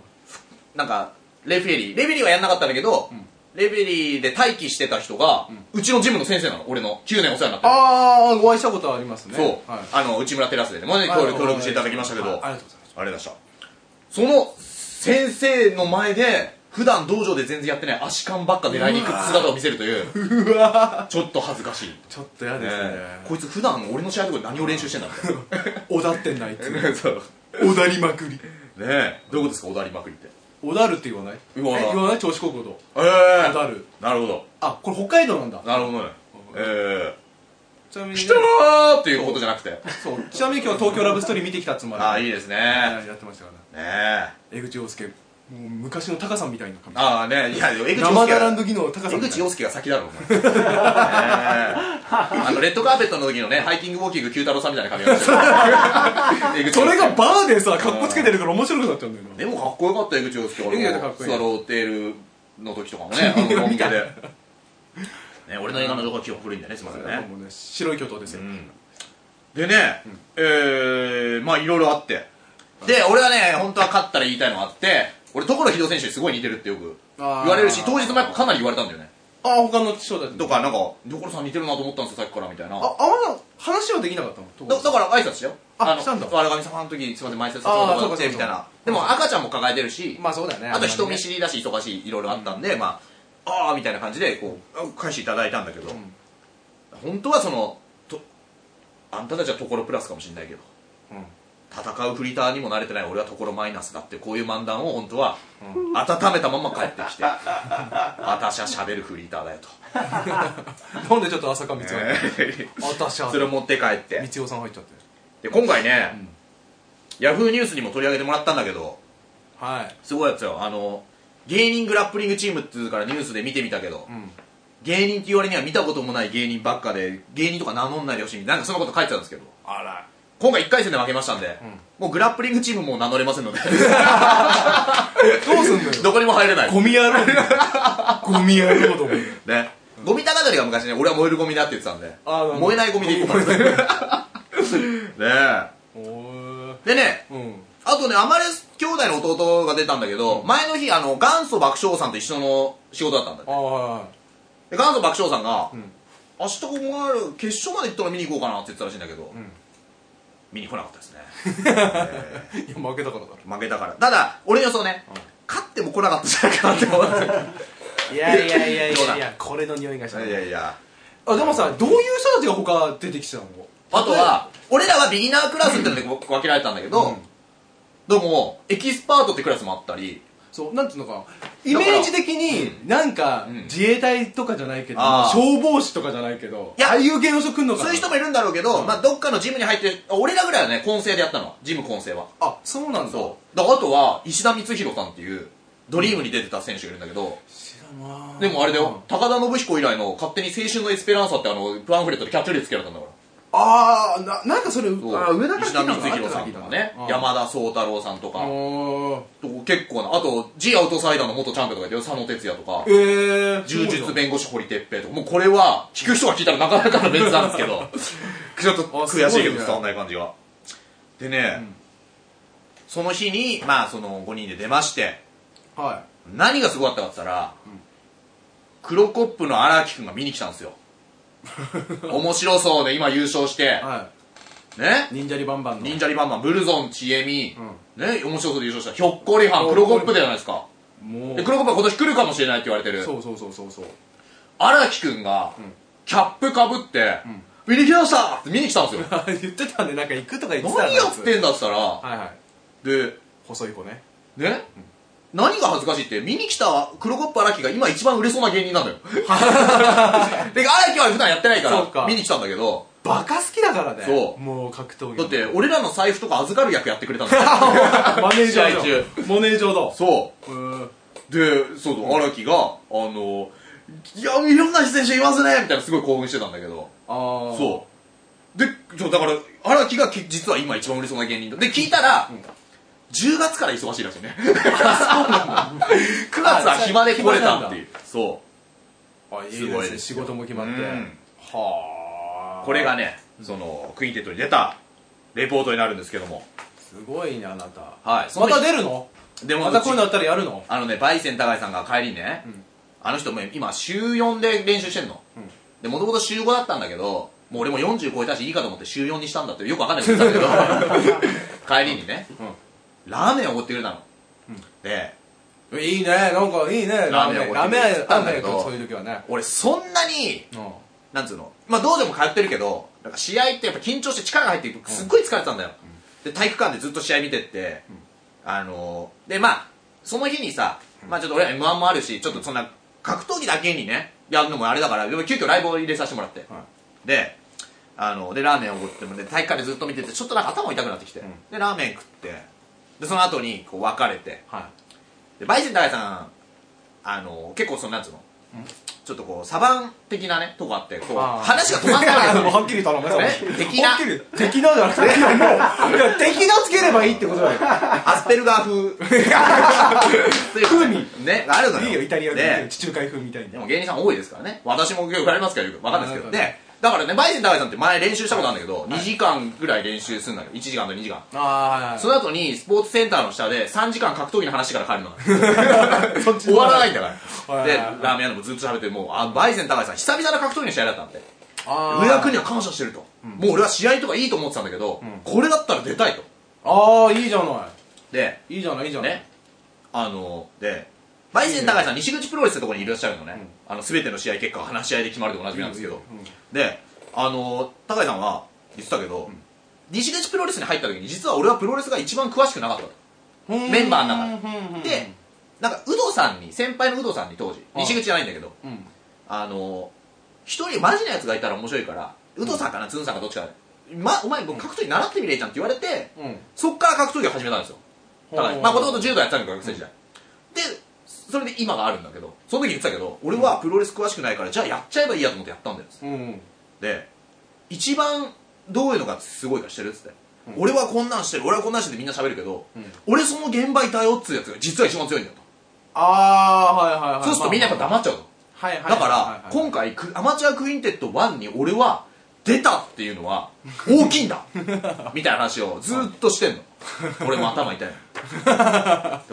A: なんかレフェリーレフェリーはやんなかったんだけど、レフェリーで待機してた人が、うちのジムの先生なの俺の9年お世話になってる
B: ああお会いしたことはありますね
A: そう、
B: はい
A: あの内村テラスでねもうね
B: はい
A: 登録登録していただきましたけど、
B: はいありがとうございます
A: ありがとうございましたその先生の前で普段道場で全然やってない足感ばっか狙いに行く姿を見せるという
B: うわ
A: ちょっと恥ずかしい、
B: ちょっと嫌ですね
A: えーこいつ普段俺の試合のとこで何を練習してんだみたい
B: おだってんないつ
A: なそう
B: おだりまくり
A: ねえどういうことですかおだりまくりって
B: おだるって言わない
A: 言わない
B: え言わない調子こくこと
A: ええ
B: おだる
A: なるほど
B: あこれ北海道なんだ
A: なるほどねえ
B: ちなみ
A: え
B: に
A: 来たーっていうことじゃなくて
B: そうちなみに今日東京ラブストーリー見てきたっつもり
A: ああいいですね
B: はいやってましたからね
A: ねえ
B: 江口洋介もう昔のタカさんみたいな髪
A: ああねいや江口
B: 生
A: 洋介
B: なら
A: は
B: ん時のタカさ
A: 江
B: んみた
A: 口
B: いな
A: 洋介が先だろお前ねえあのレッドカーペットの時のねハイキングウォーキング九太郎さんみたいな髪型 してる江口
B: そ
A: 洋介
B: れがバーでさカッコつけてるから面白くなっちゃうんだよな
A: でもかっこよかった江口洋介
B: 江口洋
A: 俺
B: 介
A: も
B: かっこいい
A: スワローテールの時とかもねあの ロン毛
B: 見
A: で
B: た
A: ね俺の映画の情報は基本古いんだよねすいませんね
B: もうね白い巨頭ですよ
A: でね、えー、まあいろいろあって、で俺はね本当は勝ったら言いたいのがあって俺所秀夫選手にすごい似てるってよく言
B: あー
A: われるし当日もやっぱかなり言われたんだよね
B: あ他の師匠たちに
A: とかなんか所さん似てるなと思ったんですよさっきからみたいな
B: ああまだ話はできなかったの
A: だだから挨拶しよう
B: あ
A: の
B: したんだ
A: 荒神様の時すいません前説させてもらってみたいな
B: あー
A: で
B: そうかそうか
A: も赤ちゃんも抱えてるし、
B: まあそうだよね
A: あと人見
B: り
A: 知りだし忙しいいろいろあったんで、まあああーみたいな感じでこう返していただいたんだけど、
B: ん
A: 本当はそのとあんたたちは所プラスかもしれないけど戦うフリーターにも慣れてない俺はところマイナスだってこういう漫談を本当は温めたまま帰ってき て私は喋るフリーターだよと、
B: なんでちょっと朝霞光代私は
A: それを持って帰って
B: 光代さん入っちゃって
A: で今回ね、ヤフーニュースにも取り上げてもらったんだけど
B: はい
A: すごいやつよあの芸人グラップリングチームっていうからニュースで見てみたけど、
B: ん
A: 芸人って言われには見たこともない芸人ばっかで芸人とか名乗んないでほしいなんかそんなこと書いてたんですけど
B: あら
A: 今回1回戦で負けましたんで、もうグラップリングチームも名乗れませんの で
B: どうすんのよ
A: どこにも入れない
B: ゴミ野郎ゴミ野郎ども
A: ね、ゴミ高取りが昔ね、俺は燃えるゴミだって言ってたんで、
B: あー
A: 燃えないゴミでいこう かなね
B: おー
A: え。でね、
B: うん
A: あとね、アマレス兄弟の弟が出たんだけど、前の日、あの、元祖爆笑さんと一緒の仕事だったんだよ
B: ああ
A: で元祖爆笑さんが、明日ここがある、決勝まで行ったら見に行こうかなって言ってたらしいんだけど、見に来なかったですね。え
B: いや負けたからだ
A: ー負けたから。ただ、俺の予想ね、勝っても来なかったんじゃないかなって思っ
B: いやいやいや
A: いやいや
B: これの匂いがし
A: 。
B: て
A: いやいや。
B: あでもさどういう人たちが他出てきてたの
A: あとは、俺らはビギナークラスってのでこ分けられたんだけど、でも、エキスパートってクラスもあったり、
B: そうなんていうのかなイメージ的になんか
A: うん
B: 自衛隊とかじゃないけど
A: あー
B: 消防士とかじゃないけど
A: いや
B: ああいう芸能人来んのかな
A: そういう人もいるんだろうけど、まあ、どっかのジムに入って、俺らぐらいはね、混成でやったの。ジム混成は。
B: あそうなんだ
A: そう。だからあとは、石田光弘さんっていう、ドリームに出てた選手がいるんだけど、
B: 知らな
A: でもあれだよ、高田信彦以来の勝手に青春のエスペランサってあの、パンフレットでキャッチフレーズつけられたんだから。
B: ああななんかそれあ
A: そう
B: ー上田
A: 石
B: か
A: 田
B: ら
A: 光弘さんとかね、山田宗太郎さんと
B: あ
A: か、
B: ー
A: と結構な、あと、G アウトサイダーの元チャンピオンとかいたよ、佐野哲也とか。
B: えー
A: 柔術弁護士堀哲平とかもうこれは聞く人が聞いたらなかなかのメンツなんですけ どちょっと悔しいけど伝わんない感じがでね、その日にまあその5人で出まして
B: は
A: 何がすごかったかって言ったら、クロコップの荒木君が見に来たん ですよ面白そうで今優勝して
B: いは
A: ね
B: い忍者リバンバンの
A: 忍者リバンマンブルゾンちえみ、ね面白そうで優勝したひょっこりはんクロコップじゃないですか
B: も
A: で
B: う
A: クロコップは今年来るかもしれないって言われてる
B: そうそうそうそう そう
A: 荒木くんが、キャップかぶって、見に来ましたって見に来たん ですよ。
B: あ言ってたねなんか行くとか言ってたな
A: 何やってんだっつったら、
B: はいはい
A: で、
B: 細い子ね
A: ね、何が恥ずかしいって、見に来た黒コップ荒木が今一番売れそうな芸人 なのよ。で、荒木は普段やってないか、
B: そうから
A: 見に来たんだけど、
B: バカ好きだからね
A: そう
B: もう格闘技
A: だって、俺らの財布とか預かる役やってくれたんだよ。
B: マネージャ
A: 試合
B: ーだマネージャーだ
A: そう。
B: うーん
A: で、そうそう、荒木が、あの、いや、いろんな選手いますねみたいなすごい興奮してたんだけど、
B: あー
A: そう。で、そうだから、荒木がき実は今一番売れそうな芸人だ。で、聞いたら、10月から忙しいらしいね。9月 は暇で来れた っていう。そ
B: あいいです
A: すごい
B: ね
A: です
B: 仕事も決ま
A: う。
B: っては
A: う
B: あ
A: んこれがね、その、クインテットに出た、レポートになるんですけども。
B: すごいねあなた
A: はい。
B: また出るの
A: でも
B: またこういうのあったらやるの
A: あのね、バイセン高井さんが帰りね、あの人も今週4で練習してんの。で、もともと週5だったんだけど、もう俺も40超えたしいいかと思って週4にしたんだってよくわかんないこと言ってたんだ けど、帰りにね、ラーメンを奢ってくれたの。で、
B: いいねなんかいいねラー
A: ラー
B: メンラーメ
A: メ
B: ン
A: ン
B: ラーメンそういう時はね
A: 俺そんなに、
B: う
A: なんつうの、まあどうでも通ってるけど、なんか試合ってやっぱ緊張して力が入っていくとすっごい疲れてたんだよ。で、体育館でずっと試合見てって、あのー、で、まあ、その日にさ、まあちょっと俺は M1 もあるし、ちょっとそんな格闘技だけにね、やるのもあれだから、でも急遽ライブを入れさせてもらって。
B: は
A: で、あの、で、ラーメンをおごってもらって、体育館でずっと見てて、ちょっとなんか頭痛くなってきて、で、ラーメン食って、で、その後にこう別れて、
B: は
A: でバイセン高井さんあの結構そのなんつうのちょっとこうサバン的なねとこあってこう
B: あー
A: 話が止
B: い
A: まんないわけで すよ
B: はっきり言ったのねはっきり
A: 敵な
B: 敵なじゃなくて もういや敵なつければいいってことだよ
A: アスペルガー風
B: 風味
A: ねあるのよ
B: いいよイタリアで
A: で
B: 地中海風みたいに
A: でも芸人さん多いですからね私もよくやりますからよくわかんないですけ
B: あー
A: ど
B: な
A: でだからねバイセン高井さんって前練習したことあるんだけど、2時間ぐらい練習するんだけど1時間と2時間
B: あ
A: その後にスポーツセンターの下で3時間格闘技の話から帰るの
B: あそっち
A: 終わらないんだか
B: は
A: ら
B: い
A: でラーメン屋でもずっと喋ってもうあバイセン高井さん久々な格闘技の試合だったんで
B: あー
A: 上田君には感謝してると、もう俺は試合とかいいと思ってたんだけど、これだったら出たいと
B: ああいいじゃな
A: で
B: いいいじゃないいいじゃない
A: ねあのでバイセン高井さん西口プロレスってところにいらっしゃるのね、あの全ての試合結果は話し合いで決まるでおなじみなんですけど、であの高井さんは言ってたけど、西口プロレスに入った時に実は俺はプロレスが一番詳しくなかったとメンバーの中
B: 中
A: でなんか有働さんに先輩の有働さんに当時
B: ああ
A: 西口じゃないんだけど
B: うん
A: あの一人マジなやつがいたら面白いから有働さんかなつんさんかどっちかだ、ま、お前僕格闘技習ってみれちゃんって言われて
B: うん
A: そっから格闘技を始めたんですよだからまあもともと柔道やってたんだけど学生時代でそれで今があるんだけどその時言ってたけど俺はプロレス詳しくないからじゃあやっちゃえばいいやと思ってやったんだよ
B: うん
A: で一番どういうのがすごいかしてるっつって、俺はこんなんしてる俺はこんなんしてるみんな喋るけど、
B: ん
A: 俺その現場いたよっつうやつが実は一番強いんだよと、
B: ああはいはいはい
A: そうするとみんなやっぱ黙っちゃうと、
B: はいはいはい
A: だか
B: はい
A: ら
B: はい
A: 今回クアマチュアクインテット1に俺は出たっていうのは大きいん だみたいな話をずっとしてんの俺も頭痛いのだ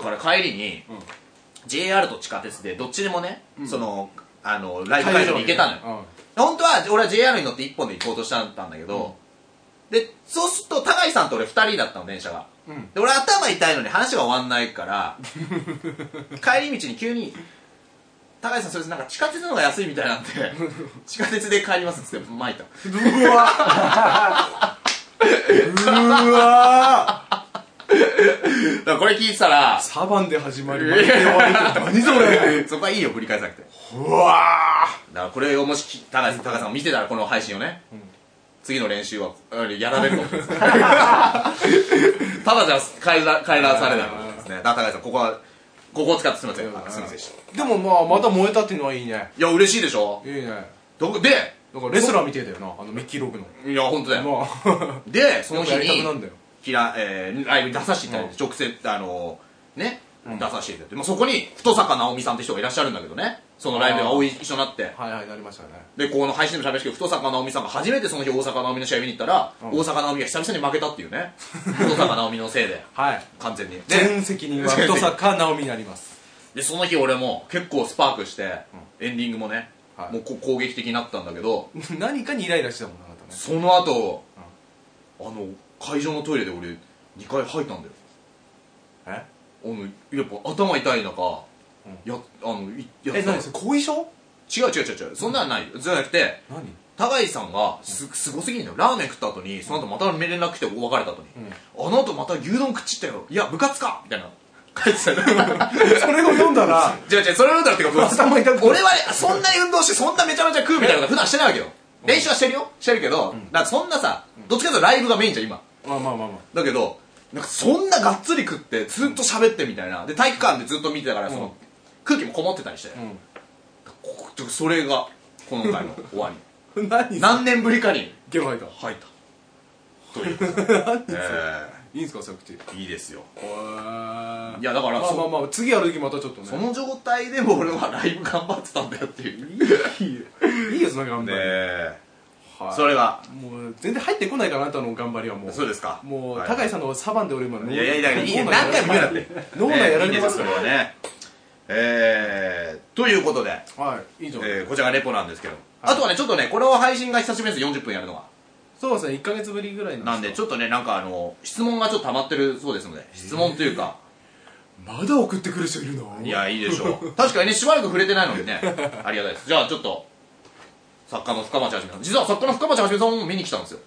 A: から帰りに JR と地下鉄でどっちでもねそのあのライブ会場に行けたのよ本当は俺は JR に乗って1本で行こうとしたんだけどでそうすると高井さんと俺2人だったの電車が
B: うん
A: で俺頭痛いのに話が終わんないから 帰り道に急に「高橋さんそれなんか地下鉄の方が安いみたいなん で地下鉄で帰ります」っつってまいた
B: うわうわ
A: だからこれ聞いてたら
B: サバンで始まりまで終わりって 何それ
A: そこはいいよぶり返さなくてだか
B: うわ
A: らこれをもし高橋高橋さんが見てたらこの配信をね、次の練習はあやられるかもし れないですただじゃ帰ら帰らされないかもしれないですねだから高橋さんここはここを使ってすみませんあすみませんでしたい
B: でもまあまた燃えたっていうのはいいね
A: や嬉しいでしょ
B: いいね
A: どこで
B: なんかレスラーみてえだよなあのミッキーログの
A: いや本当だよ
B: まあ
A: でその日
B: やりた
A: に
B: くなんだよ
A: きら、えーライブに出させていただいて、直接あのね、出させていただいて、まあ、そこに太坂直美さんって人がいらっしゃるんだけどねそのライブが多い一緒になって
B: はいはいなりましたね
A: でこの配信でも喋るけど太坂直美さんが初めてその日大阪直美の試合見に行ったら、大阪直美が久々に負けたっていう ね太坂直美のせいで
B: はい
A: 完全にで
B: 全責任は太坂直美になります
A: でその日俺も結構スパークして、エンディングもね、
B: はい
A: もうこう攻撃的になったんだけど
B: 何かにイライラしてたもんなあなたね
A: その後、あの会場のトイレで俺2回吐いたんだよ
B: え
A: あのやっぱ頭痛い中、
B: う
A: やあのいや
B: え
A: った
B: 何それ後遺症
A: 違う違う違う違うそんなのないよじゃなくて
B: 何
A: 高井さんがすすごすぎんだよラーメン食った後にその後また連絡来て別れた後に、あの後また牛丼食っちったよいや部活かみたいな書いてたよ
B: それを読んだら
A: 違う違うそれを読んだらって いうか
B: 頭痛くて
A: 俺はねそんなに運動してそんなめちゃめちゃ食うみたいなこと普段してないわけよ練習はしてるよしてるけど、だからそんなさどっちかというとライブがメインじゃん今
B: まあまあまあまあ
A: だけどなんかそんながっつり食ってずっと喋ってみたいなで体育館でずっと見てたからその、空気もこもってたりして、
B: ん
A: ここそれがこの回の終わり
B: 何
A: 何年ぶりかに
B: ゲロ吐いた
A: 入ったという、え
B: いいんすかそれ口
A: ーいいですよ
B: い
A: いやだから
B: まあ
A: そ
B: まあまあ次やる時またちょっと
A: そ
B: ね
A: の状態でも俺はライブ頑張ってたんだよっていうね
B: いいよその頑張り
A: え
B: はい
A: それが
B: もう全然入ってこないからあなたの頑張りはもう
A: そうですか
B: もう、
A: はい
B: 高井さんのサバンで俺今
A: いやいやいやいいね
B: 脳内
A: 何回も言うなって
B: 脳内やられてます
A: ね
B: か
A: いいんですよそれはねえー、ということで、
B: らはいいいじゃん、
A: えーこちらがレポなんですけど、あとはねちょっとねこれを配信が久しぶりです40分やるのが
B: そうですね1か月ぶりぐらい
A: なんでちょっとねなんかあの質問がちょっと溜まってるそうですので質問というか、
B: まだ送ってくる人いるの
A: いやいいでしょう 確かにねしばらく触れてないのでね ありがたいですじゃあちょっと作家の深町はじめさん実は作家の深町はじめさんも見に来たんですよ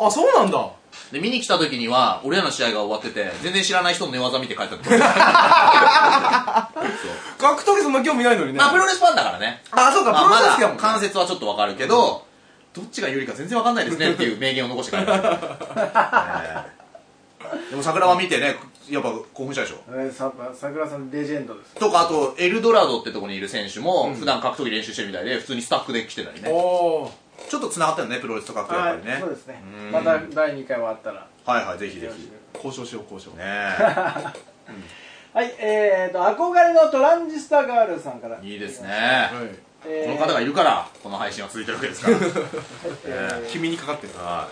B: あそうなんだ
A: で見に来た時には俺らの試合が終わってて全然知らない人の寝技見て帰ったって そう
B: 格闘技そんな興味ないのにね
A: まあプロレスファンだからね
B: あそうか
A: まあ
B: プロレ
A: ま
B: ス好きだ
A: だ
B: もんね
A: 関節はちょっとわかるけど、どっちが有利か全然わかんないですねって いう名言を残して帰りました、ええでも桜は見てねやっぱ興奮したでしょ
C: えーさ桜さんレジェンドです
A: とかあとエルドラドってとこにいる選手も普段格闘技練習してるみたいで普通にスタッフで来てたりね
B: おお
A: ちょっとつながったよねプロレスと格闘技やっぱり
C: はい
A: ね
C: そうですね
A: うん
C: また第2回もあったら
A: はいはいぜひぜ
C: よろ
A: ひ
C: し
A: ね
C: く
B: 交渉しよう交渉
A: え
C: はいえーと憧れのトランジスタガールさんから
A: いいですね、
B: はい
C: え
A: こ
C: ー
A: の方がいるからこの配信は続いてるわけですから
C: えー
B: 君にかかってる
A: は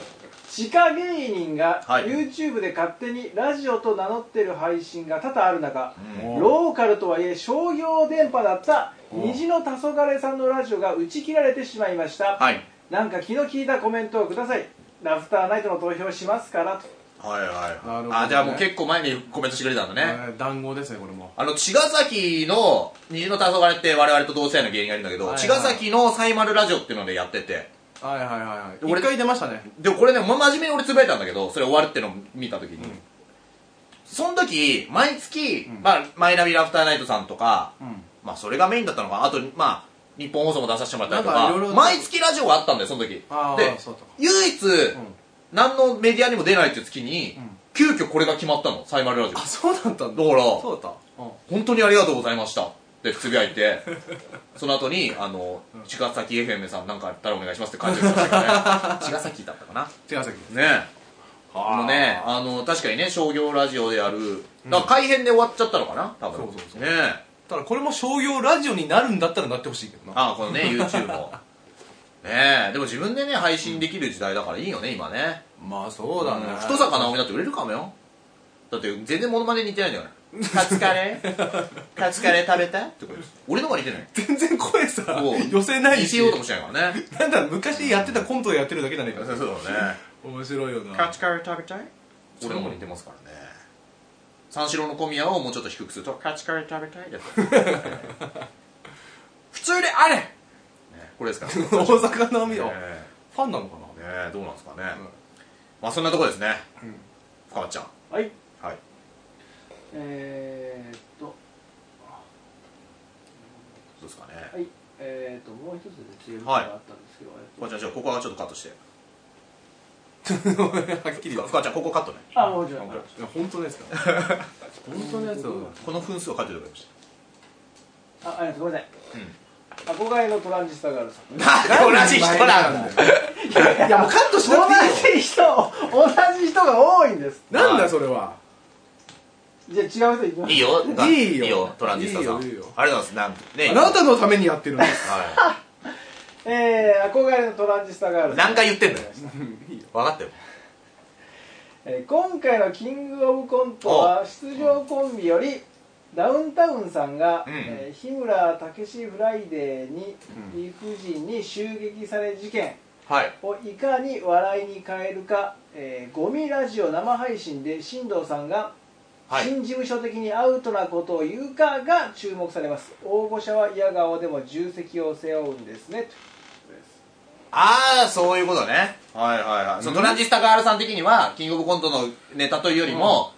C: 地下芸人が
A: はい
C: YouTube で勝手にラジオと名乗ってる配信が多々ある中、
B: うん
C: ローカルとはいえ商業電波だった
B: うん
C: 虹の黄昏さんのラジオが打ち切られてしまいました、
A: いはい
C: なんか気の利いたコメントをくださいラフターナイトの投票しますからと
A: はいはい
B: な
A: は
B: る
A: い、
B: ほどね
A: あじゃあもう結構前にコメントしてくれたんだね、
B: えー談合ですねこれも
A: あの、茅ヶ崎の、虹の黄昏って我々と同世代の芸人がいるんだけど、
B: はいはい
A: 茅ヶ崎のサイマルラジオっていうのでやってて、
B: はいはいはいはい
A: 俺
B: 一回出ましたね
A: でもこれね、ま、真面目に俺つぶやいたんだけど、それ終わるってのを見たときに、
B: ん
A: その時、毎月、
B: ん
A: まあ、マイナビラフターナイトさんとか、
B: うん
A: まあ、それがメインだったのかな、あと、まあ、日本放送も出させてもらったりと
B: なん
A: か、
B: かいろいろ
A: 毎月ラジオがあったんだよ、その時。で
B: ああ、そうだったか
A: 唯一、
B: うん
A: 何のメディアにも出ないっていう月に、
B: ん
A: 急遽これが決まったの、サイマルラジオ
B: あ。そうだったんだ
A: だから
B: そうだったうん
A: 本当にありがとうございましたってつぶやい てその後にあの茅ヶ崎 FM さんなんかあったらお願いしますって感じでした からね茅ヶ崎だったかな
B: 手汗
A: ねえあ
B: あ
A: のねあの確かにね商業ラジオでやるだから改編で終わっちゃったのかな多分
B: そうそうそう
A: ねえ
B: ただこれも商業ラジオになるんだったらなってほしいけどな
A: あ このね YouTube もねえでも自分でね配信できる時代だからいいよね今ね
B: まあそうだね
A: ん太坂直美だって売れるかもよだって全然モノマネ似てないんだからカツカレー カツカレー食べたとか言って俺の方が似てない
B: 全然声さ
A: そう
B: 寄せない
A: 似て
B: し
A: ようともしないからね
B: なんだ昔やってたコントをやってるだけじゃないか
A: そうね
B: 面白いよな
A: カツカレー食べたい俺の方似てますからね三四郎の小宮をもうちょっと低くするとカツカレー食べたいだったね 普通であれ、ね、これ ですからね
B: 大阪の海を
A: え
B: ファンなのかな
A: ねどうなんですかね、
B: ん
A: まあそんなとこですね、
B: うん
A: 深松ちゃん
C: はい
A: はい
C: えー、っと
A: そうですかね、
C: はいえー、っともう一つですね違うのがあったんですけど、
A: 深松ちゃんじゃあここはちょっとカットして
B: はっきり
A: 深松ちゃんここカットね
C: あもうちょいはい
B: いや 本当のやつだ本当のやつだ
A: この分数を書いておいてくださ
C: あありがとうございますごめんなさい、憧れのトランジスタガールさん
A: い同じ人なんだよ
B: いやもうカットしなくていいよ
C: 同じ人同じ人が多いんです
B: なんだよそれは
C: じゃあ違う人いきます
A: いいよ
B: いいよ
A: いいよトランジスタさん
B: いいよいいよ
A: ありがとうございますなん
B: あ
A: ね
B: なたのためにやってるんです
A: は
C: えー、憧れのトランジスタガール
A: い
C: さん
A: 何回言ってんだよ
B: うんいいよ
A: 分かったよ
C: えー今回のキングオブコントは出場コンビよりダウンタウンさんが、
A: うん
C: えー日村武史フライデーに理不尽に襲撃され事件
A: はい
C: をいかに笑いに変えるか、えーゴミラジオ生配信で新藤さんが
A: はい
C: 新事務所的にアウトなことを言うかが注目されます応募者は嫌顔でも重責を背負うんですね
A: ああそういうことねはいはいはい、そのトランジスタガールさん的にはキングオブコントのネタというよりも、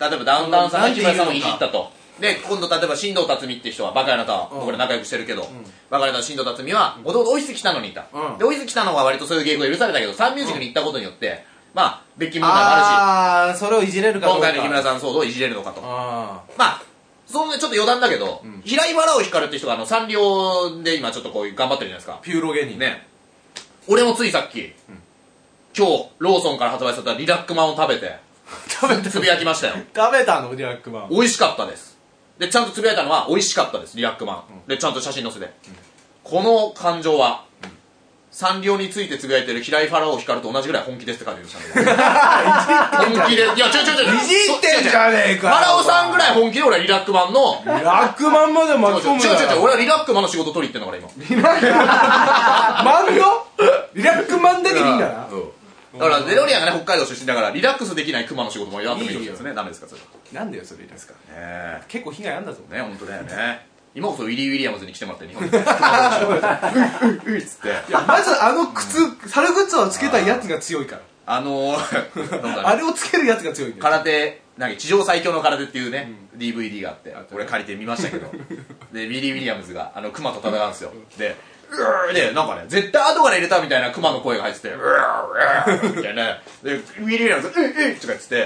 A: 例えばダウンタウンさんが木村さんをいじったとで今度例えば新藤辰巳って人はバカやなたは
B: うん
A: 僕ら仲良くしてるけど、バカやなたは新藤辰巳はもともとオフィス来たのにいた、
B: うん
A: でオフィス来たのは割とそういう芸風が許されたけどサンミュージックに行ったことによって、まあ別件問題もあ
B: ああそれをいじれ
A: る
B: る
A: し
B: か
A: 今
B: どうか
A: 回の木村さんの騒動をいじれるのかと
B: あ
A: まあ、そんなちょっと余談だけど、
B: ん
A: 平井笑を光るって人があの、サンリオで今ちょっとこう頑張ってるじゃないですか
B: あ。ピューロ芸人
A: ね。俺もついさっき、今日、ローソンから発売されたリラックマンを食べて、
B: 食べた
A: つぶやきましたよ。
B: 食べたのリラックマン
A: 美味しかったです。で、ちゃんとつぶやいたのは、美味しかったです、リラックマン。で、ちゃんと写真載せて。この感情は、サンリオについてつぶやいてる平井ファラオ光と同じぐらい本気ですって書いてる人なんだ よ本気でいや違う違う違う
B: いじってんじゃねえ
A: フ
B: か
A: ァラオさんぐらい本気で俺はリラックマンの
B: ラックマンまで巻き
A: 違う
B: 込む
A: 違う違う違う
B: う
A: 俺はリラックマンの仕事取り行ってんだから今
B: マンのリラックマンだけでいいんだな
A: うんだからデロリアンがね北海道出身だからリラックスできないクマの仕事もやってもいいわけですねダメですかそれは
B: なんだよそれですか
A: ね
B: 結構被害あんだぞ
A: えね本当だよね今こそウィリー・ウィリアムズに来てもらって日本にうううっつって
B: いやまずあの靴猿靴をつけたやつが強いか
A: あのーなん
B: らあ
A: かね
B: れをつけるやつが強いんだよ
A: 空手なんか地上最強の空手っていうね DVD があって俺借りて見ましたけ どでウィリー・ウィリアムズがあのクマと戦うんですよでうーでなんかね絶対後から入れたみたいなクマの声が入っててうーうーみたいなでウィリー・ウィリアムズ「ういうっ」とか言ってて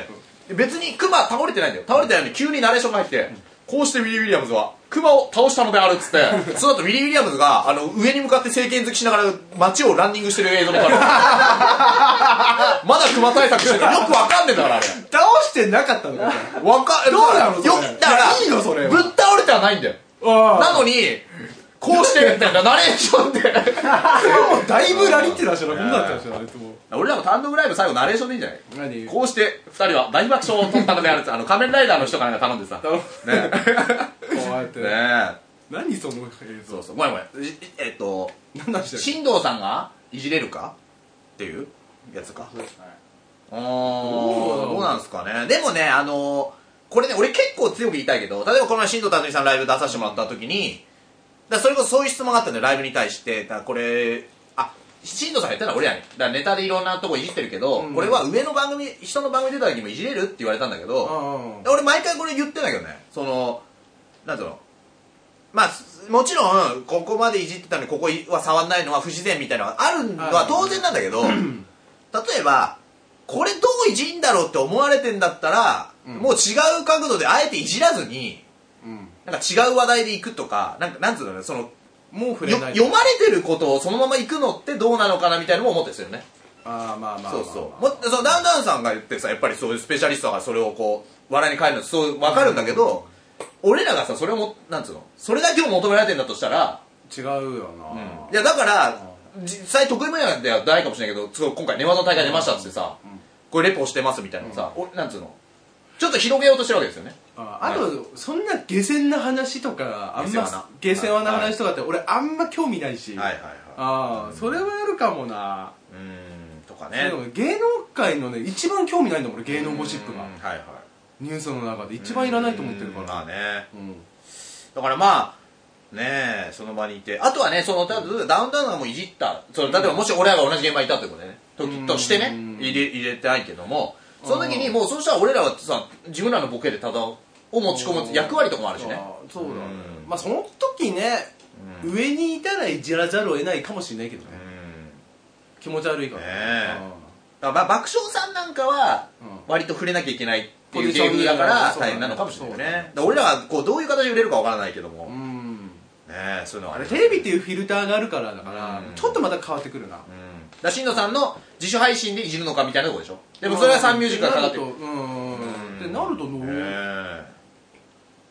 A: で別にクマ倒れてないんだよ倒れてないのに急にナレーションが入ってこうしてウィリー・ウィリアムズはクマを倒したのであるっつ ってその後ウィリー・ウィリアムズがあの上に向かって政権好きしながら街をランニングしてる映 像もあるまだクマ対策してるよくわかんねえんだからあれ
B: 倒してなかったのか
A: わかど
B: どうなのそれ
A: よだから
B: いやいいのそれは
A: ぶっ倒れてはないんだよな
B: な
A: のにこうしてみたいなナレーションで
B: もうだいぶラリってたでしょラリだったでしょあれとも
A: 俺らも単独ライブ最後ナレーションでいいんじゃない
B: 何
A: こうして2人は大爆笑を取ったのであるってあの仮面ライダーの人から頼んでさ
B: こ
A: ね
B: うやっ
A: え
B: て
A: ね
B: 何その映
A: え
B: 像
A: そうそうごめんごめんいえっと
B: 何だしてる
A: 新藤さんがいじれるかっていうやつかあ
B: どう
A: ーどうなんですかねでもねあのこれね俺結構強く言いたいけど例えばこの前新藤辰巳さんのライブ出させてもらった時にだからそれこそそういう質問があったんだよライブに対してだからこれあ新藤さんが言ったのは俺やねだからネタでいろんなとこいじってるけど、
B: うん
A: 俺は上の番組人の番組出た時もいじれるって言われたんだけど、
B: うん
A: 俺毎回これ言ってんだけどねそのなんていうのまあすもちろんここまでいじってたのにここは触んないのは不自然みたいなのがあるのは当然なんだけど例えばこれどういじんだろうって思われてんだったら、
B: うん
A: もう違う角度であえていじらずに
B: うん
A: なんか違う話題でいくとかなんかなんつうのねその
B: もう触
A: よ
B: れない
A: 読まれてることをそのままいくのってどうなのかなみたいなのも思ってるんですよね
B: ああまあまあまあ
A: そうそうもそうダウンタウンさんが言ってさやっぱりそういうスペシャリストだからそれをこう笑いに変えるのそう分かるんだけど、俺らがさそれをもなんつうのそれだけを求められてんだとしたら、
B: 違うよ
A: いやだから、実際得意分野ではないかもしれないけどすごい今回寝技大会出ましたっつってさ、これレポしてますみたいなさ、俺なんつうのちょっと広げようとしてるわけですよね
B: ああとそんな下船な話とかあんま
A: 下
B: 下
A: 世
B: 船
A: 話
B: は
A: な
B: な話とかって俺あんま興味ないし
A: はい
B: あ
A: はいは
B: あそれはやるかもな
A: いうーんとかね
B: でも芸能界のね一番興味ないんだもん俺芸能ゴシップが
A: うんはいはい
B: ニュースの中で一番いらないと思ってるか
A: うんま
B: ら
A: あね
B: うん
A: だからまあねえその場にいてあとはねそのただダウンタウンがもういじったその例えばもし俺らが同じ現場にいたってことでね時としてね
B: うん
A: 入れ入れてないけどもその時にもうそうしたら俺らはさ自分らのボケでただを持ち込む役割とかもあるしね
B: あーそうだね
A: うん
B: まあその時ね
A: うん
B: 上にいたらいじらざるを得ないかもしれないけど
A: う
B: ね
A: ん
B: 気持ち悪いから
A: ねえだからまあ爆笑さんなんかは
B: うん
A: 割と触れなきゃいけないっていう
B: ポジショ
A: 芸
B: ンに
A: 風だから
B: そうだ
A: 大
B: ね
A: 変なのかもしれないよね
B: そうだ
A: だ
B: ね
A: から俺らはこうどういう形で売れるかわからないけども
B: う
A: ね
B: ん
A: えそういうのは
B: あ
A: あ
B: れ
A: る
B: テレビっていうフィルターがあるからだから
A: うん
B: ちょっとまた変わってくるな
A: うんだから新野さんの自主配信でいじるのかみたいなとこでしょでもそれはサンミュージックがかかってる
B: うんうんうんってなるとどう
A: ええ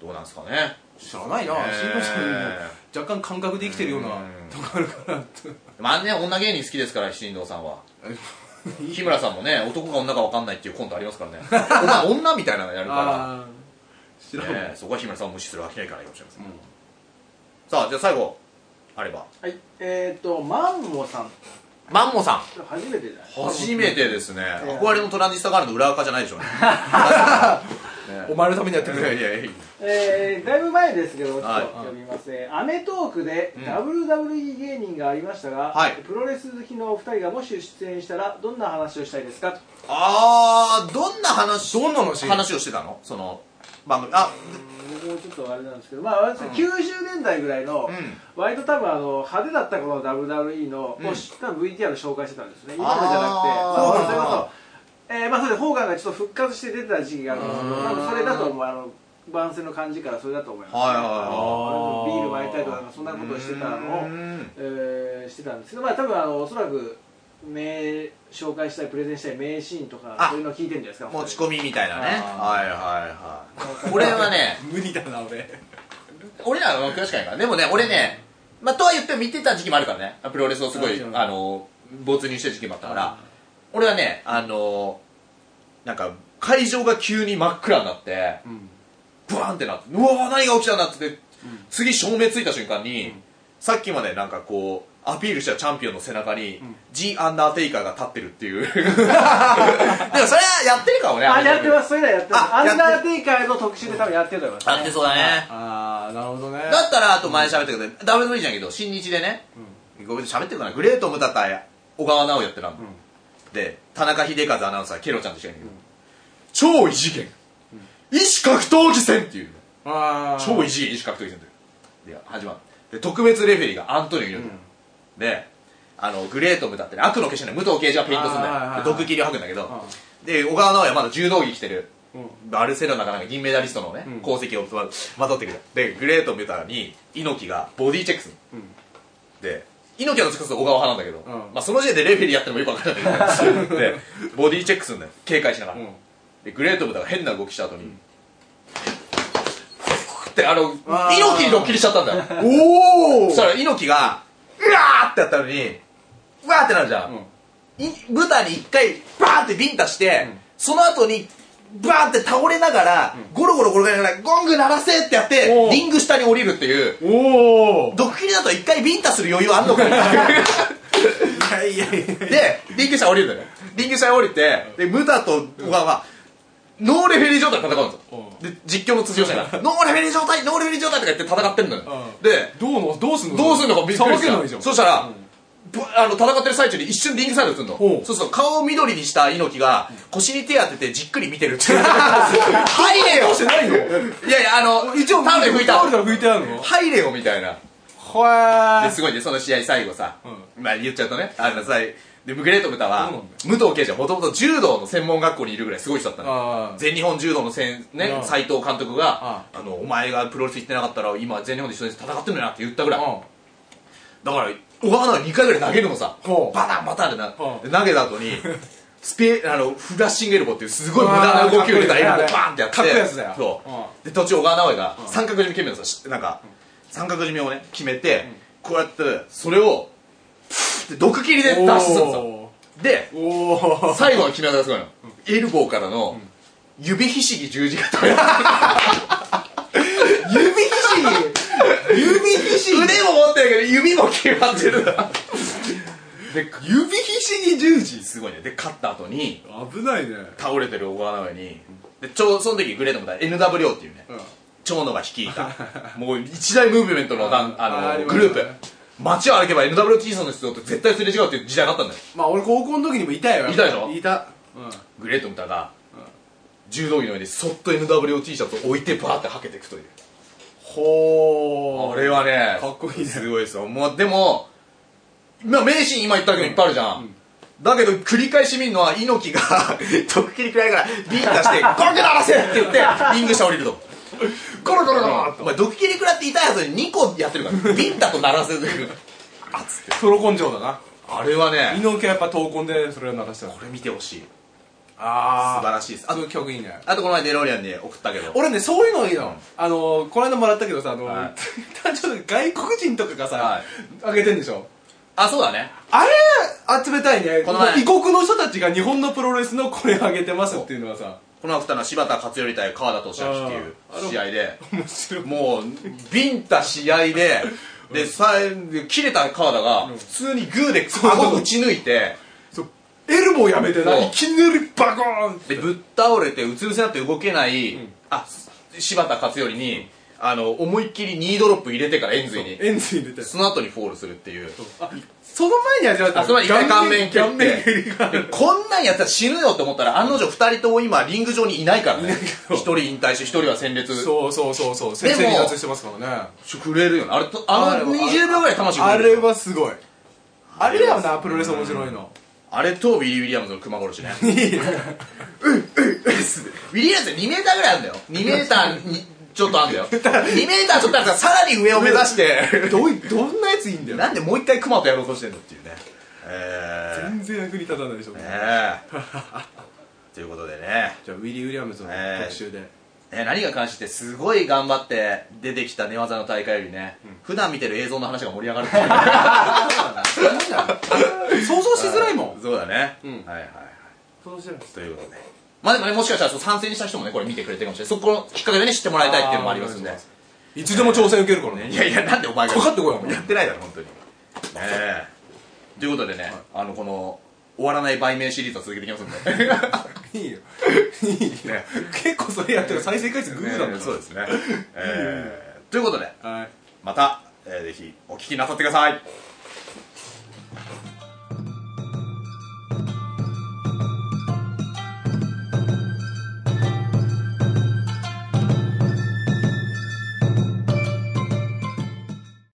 A: どうなんですかね
B: 知らないな
A: え
B: 新郎さんも若干感覚で生きてるような
A: うん
B: とこあるからって
A: まあね女芸人好きですから新藤さんは
B: え
A: 日村さんもね男か女か分かんないっていうコントありますから ねお前女みたいなのやるか
B: あー知
A: ら
B: ら、ない
A: ねえそこは日村さんを無視するわけにはいかないかもしれません、
B: うん
A: さあじゃあ最後あれば
C: はいえっ、ー、とマンモさん
A: マンモさん
C: 初めてじゃない
A: 初めてですね
C: え
A: 憧れのトランジスタガールの裏垢じゃないでしょ うね
B: お前のためにやって
A: い
B: く
A: や
B: れ
A: いやいや
C: えー、だいぶ前ですけど、ちょっと
A: はい
C: 読みます、えーアメトークで
A: うん
C: WWE 芸人がありましたが、
A: はい
C: プロレス好きのお二人がもし出演したら、どんな話をしたいですか
A: あーどんな話
B: どんな話
A: 話をしてたのその番組あ
C: 僕もちょっとあれなんですけど、まあ、私90年代ぐらいの、
A: う
C: 割と多分あの派手だった頃の WWE の、
A: うん
C: を知った VTR を紹介してたんですね、今のじゃなくて、
A: あ
B: ー
C: そうそうそうえーまあ、それでホーガンがちょっと復活して出てた時期があるんですけど、
B: うん
C: 多分それだと思う、あの番宣の感じからそれだと思います、
A: はいはい
C: あ
B: は
C: の
B: い
C: ビール巻いたりとか、なんかそんなことをしてたのを
A: う。ん
C: えーしてたんですけど、まあ、多分あのおそらく名紹介したいプレゼンしたい名シーンとか
A: あ
C: そういうのを聞いてるんじゃないですか
A: 持ち込みみたいなね
B: あ
A: はいはいはいこれはね
B: 無理だな俺
A: 俺らは詳しくないからでもね俺ねまあ、とは言っても見てた時期もあるからねプロレスをすごい
B: あ違う
A: あの没入した時期もあったから俺はねあのなんか会場が急に真っ暗になって
B: うん
A: ブワーンってなってうわー何が起きたんだっつって、次照明ついた瞬間に、さっきまでなんかこうアピールしたチャンピオンの背中に、ジ・アンダーテイカーが立ってるって いうでもそれはやってるかもね
C: あやってますそれではやってます
A: あ
C: ア
A: やっ
C: ン
A: て
C: ダーテイカーの特集で多分やってると思います
A: やってそうだね
B: ああなるほどね
A: だったらあと前喋ったけど、WWE じゃんけど新日でね、ごめん喋ってるかなグレート・ムタ対小川直也ってなんだ、で田中秀和アナウンサーケロちゃんと一緒にいる超異次元、異種格闘技戦っていう
B: あー
A: 超異次元意識格闘技戦というで始まるで特別レフェリーがアントニオ猪木、であのグレートムだってね悪の化身の武藤刑事がペイントするんだよ、
B: あーはいはいは
A: で
B: い
A: 毒斬りを吐くんだけど、で小川直也まだ柔道着着てる、バルセロナかなんか銀メダリストのね、
B: ん
A: 功績をままとってくるでグレートムタに猪木がボディチェックする、
B: ん
A: で猪木はどっちかというと小川派なんだけど、
B: うん
A: まあ、その時点でレフェリーやってるのもよく分からないんだけ どでボディチェックするんだよ警戒しながら、
B: うん
A: でグレートブタが変な動きした後に、ってあの
B: あー
A: 猪木にドッキリしちゃったんだよおおそしたら猪木がうわーってやったのにうわーってなるじゃん、い舞台に一回バーンってビンタして、その後にバーンって倒れながら、ゴロゴロ転がりながらゴング鳴らせってやって
B: おー
A: リング下に降りるっていう
B: おお
A: ドッキリだと一回ビンタする余裕あんのかよ
B: いやいやいや
A: でリング下降りるんだよねリング下に降りてでムタと小川はノーレフェリー状態で戦うんですよで実況の辻吉さんが「ノーレフェリー状態ノーレフェリー状態」とか言って戦ってるのよ
B: うん
A: で
B: どうのどうすんの
A: どうするのかびっくり
B: さばけない
A: し
B: じ
A: た
B: ゃん
A: そしたら、ぶあの戦ってる最中に一瞬リングサイドに映るの
B: ほう
A: そうすると顔を緑にした猪木が腰に手当ててじっくり見てるっていう 入れよ
B: してないの
A: いやいやあの
B: 一応
A: タオル拭いた
B: タオルから拭いてあるの
A: 入れよみたいな
B: ほわ
A: ですごいねその試合最後さ、
B: う
A: まあ言っちゃうとねあのさでグレートムタは
B: そう
A: 武藤敬司はもともと柔道の専門学校にいるぐらいすごい人だったの
B: あー
A: 全日本柔道のせん、ね
B: う、ん
A: 斎藤監督があの「お前がプロレス行ってなかったら今全日本で一緒に戦ってるのよな」って言ったぐらいだから小川が2回ぐらい投げるのさ
B: ほう
A: バタンバタンでな
B: ほう
A: で投げた後 にスペあのフラッシングエルボーっていうすごい無駄な動きを入れたエルボー
B: うわー
A: バーンってやって
B: かっこいいやつだよ
A: そうで途中小川直江が三角締め決めるのさしなんか三角締めをね決めてこうやってそれをプーって毒切りで脱出するのさで
B: おお
A: 最後の決め技がすごいのエルボーからの指ひしぎ十字固め
B: 指ひしぎ指ひし
A: 腕も持ってるけど指も決まってるで
B: ぎ指ひしぎ十字
A: すごいねで勝った後に
B: 危ないね
A: 倒れてる小川直江にでちょうその時グレートもだ NWO っていうね、
B: うん
A: 長野が率い たもう一大ムーブメントの団
B: あー
A: あ
B: あ
A: の
B: りま
A: グ
B: すね
A: ループ街を歩けば NWT さんの人と絶対すれ違うっていう時代があったんだよ
B: まあ俺高校の時にもいたよ
A: いたでしょ
B: いたうん
A: グレートムタが柔道着の上にそっと NWT シャツを置いてバーってはけていくという
B: ほ
A: あ
B: ー
A: れはね
B: かっこいいね
A: すごいですよもうでもまあ名シーン今言ったけどいっぱいあるじゃん、だけど繰り返し見るのは猪木が 毒切りくらいからビンタして「コロコロ鳴らせ!」って言ってリング下降りるとコロコロコロお前毒切りくらって痛いはずに2個やってるからビンタと鳴らせるあっつって
B: プロ根性だな
A: あれはね
B: 猪木はやっぱ闘魂でそれを鳴らした
A: これ見てほしい素
B: あ
A: 晴らしいです
B: あ
A: あ
B: の
A: と
B: 曲いいね
A: あとこの前デロリアンで送ったけど
B: 俺ねそういうのいいの、あのこの間もらったけどさあの、
A: はい
B: 誕生日外国人とかがさ、
A: はい
B: あげてんでしょ
A: あそうだね
B: あれ集めたいね
A: この前
B: 異国の人たちが日本のプロレスのこれあげてますっていうのはさ
A: この前送ったのは柴田勝頼対川田俊明っていう試合で
B: 面白い
A: もうビンタ試合ででさえで切れた川田が普通にグーで顎打ち抜いて
B: そうエルボーやめてな
A: そう
B: いきなりバコーン
A: でぶっ倒れてうつ伏せになって動けない、あ柴田勝頼にあの思いっきりニードロップ入れてから円髄に
B: エンジン入れて
A: その後にフォールするっていう
B: その前に味わった
A: あその前に一回顔面蹴
B: 顔面
A: っ
B: 蹴
A: て
B: りがあ
A: で
B: る
A: こんなんやったら死ぬよと思ったら案の定2人とも今リング上にいないからね1人引退して1人は戦列
B: そうそうそうそう先生離脱してますからね
A: 触れるよねあれとあの20秒ぐらい魂
B: あ
A: 触
B: れ
A: る
B: はすごいあれだよなプロレス面白いの
A: あれとビリー・ウィリアムズの熊殺し ね。うん、うん、うん。ウィリアムズ2メーターぐらいあるんだよ。2メーターにちょっとあ るんだよ。2メーターちょっとあるからさらに上を目指して。
B: どういどんなやついいんだよ
A: なんでもう一回熊とやろうとしてんのっていうね。え
B: 全然役に立たないでしょ、
A: ー、ねえ。ということでね。
B: じゃあウィリー・ウィリアムズの
A: えー
B: 特集で、
A: ね、何が関してすごい頑張って出てきた寝技の大会よりね、普段見てる映像の話が盛り上がるって いう
B: 想像しづらいもん
A: そうだね、
B: うん
A: はいはいはい
B: 想像しづらいです
A: ということでまあでもねもしかしたらそう参戦した人もねこれ見てくれてるかもしれないそこのきっかけでね知ってもらいたいっていうのもありますんで
B: あいつでも挑戦受けるから
A: い
B: ね
A: やいや なんでお前が
B: かかってこいよお前
A: やってないだろ本当にねえということでね、あのこの終わらない売名シリーズは続けていきますんで
B: いいよいいよ
A: ね
B: 結構それやったら再生回数グーだもん
A: そうですね、えーということで
B: はい
A: また、えーぜひお聞きなさってください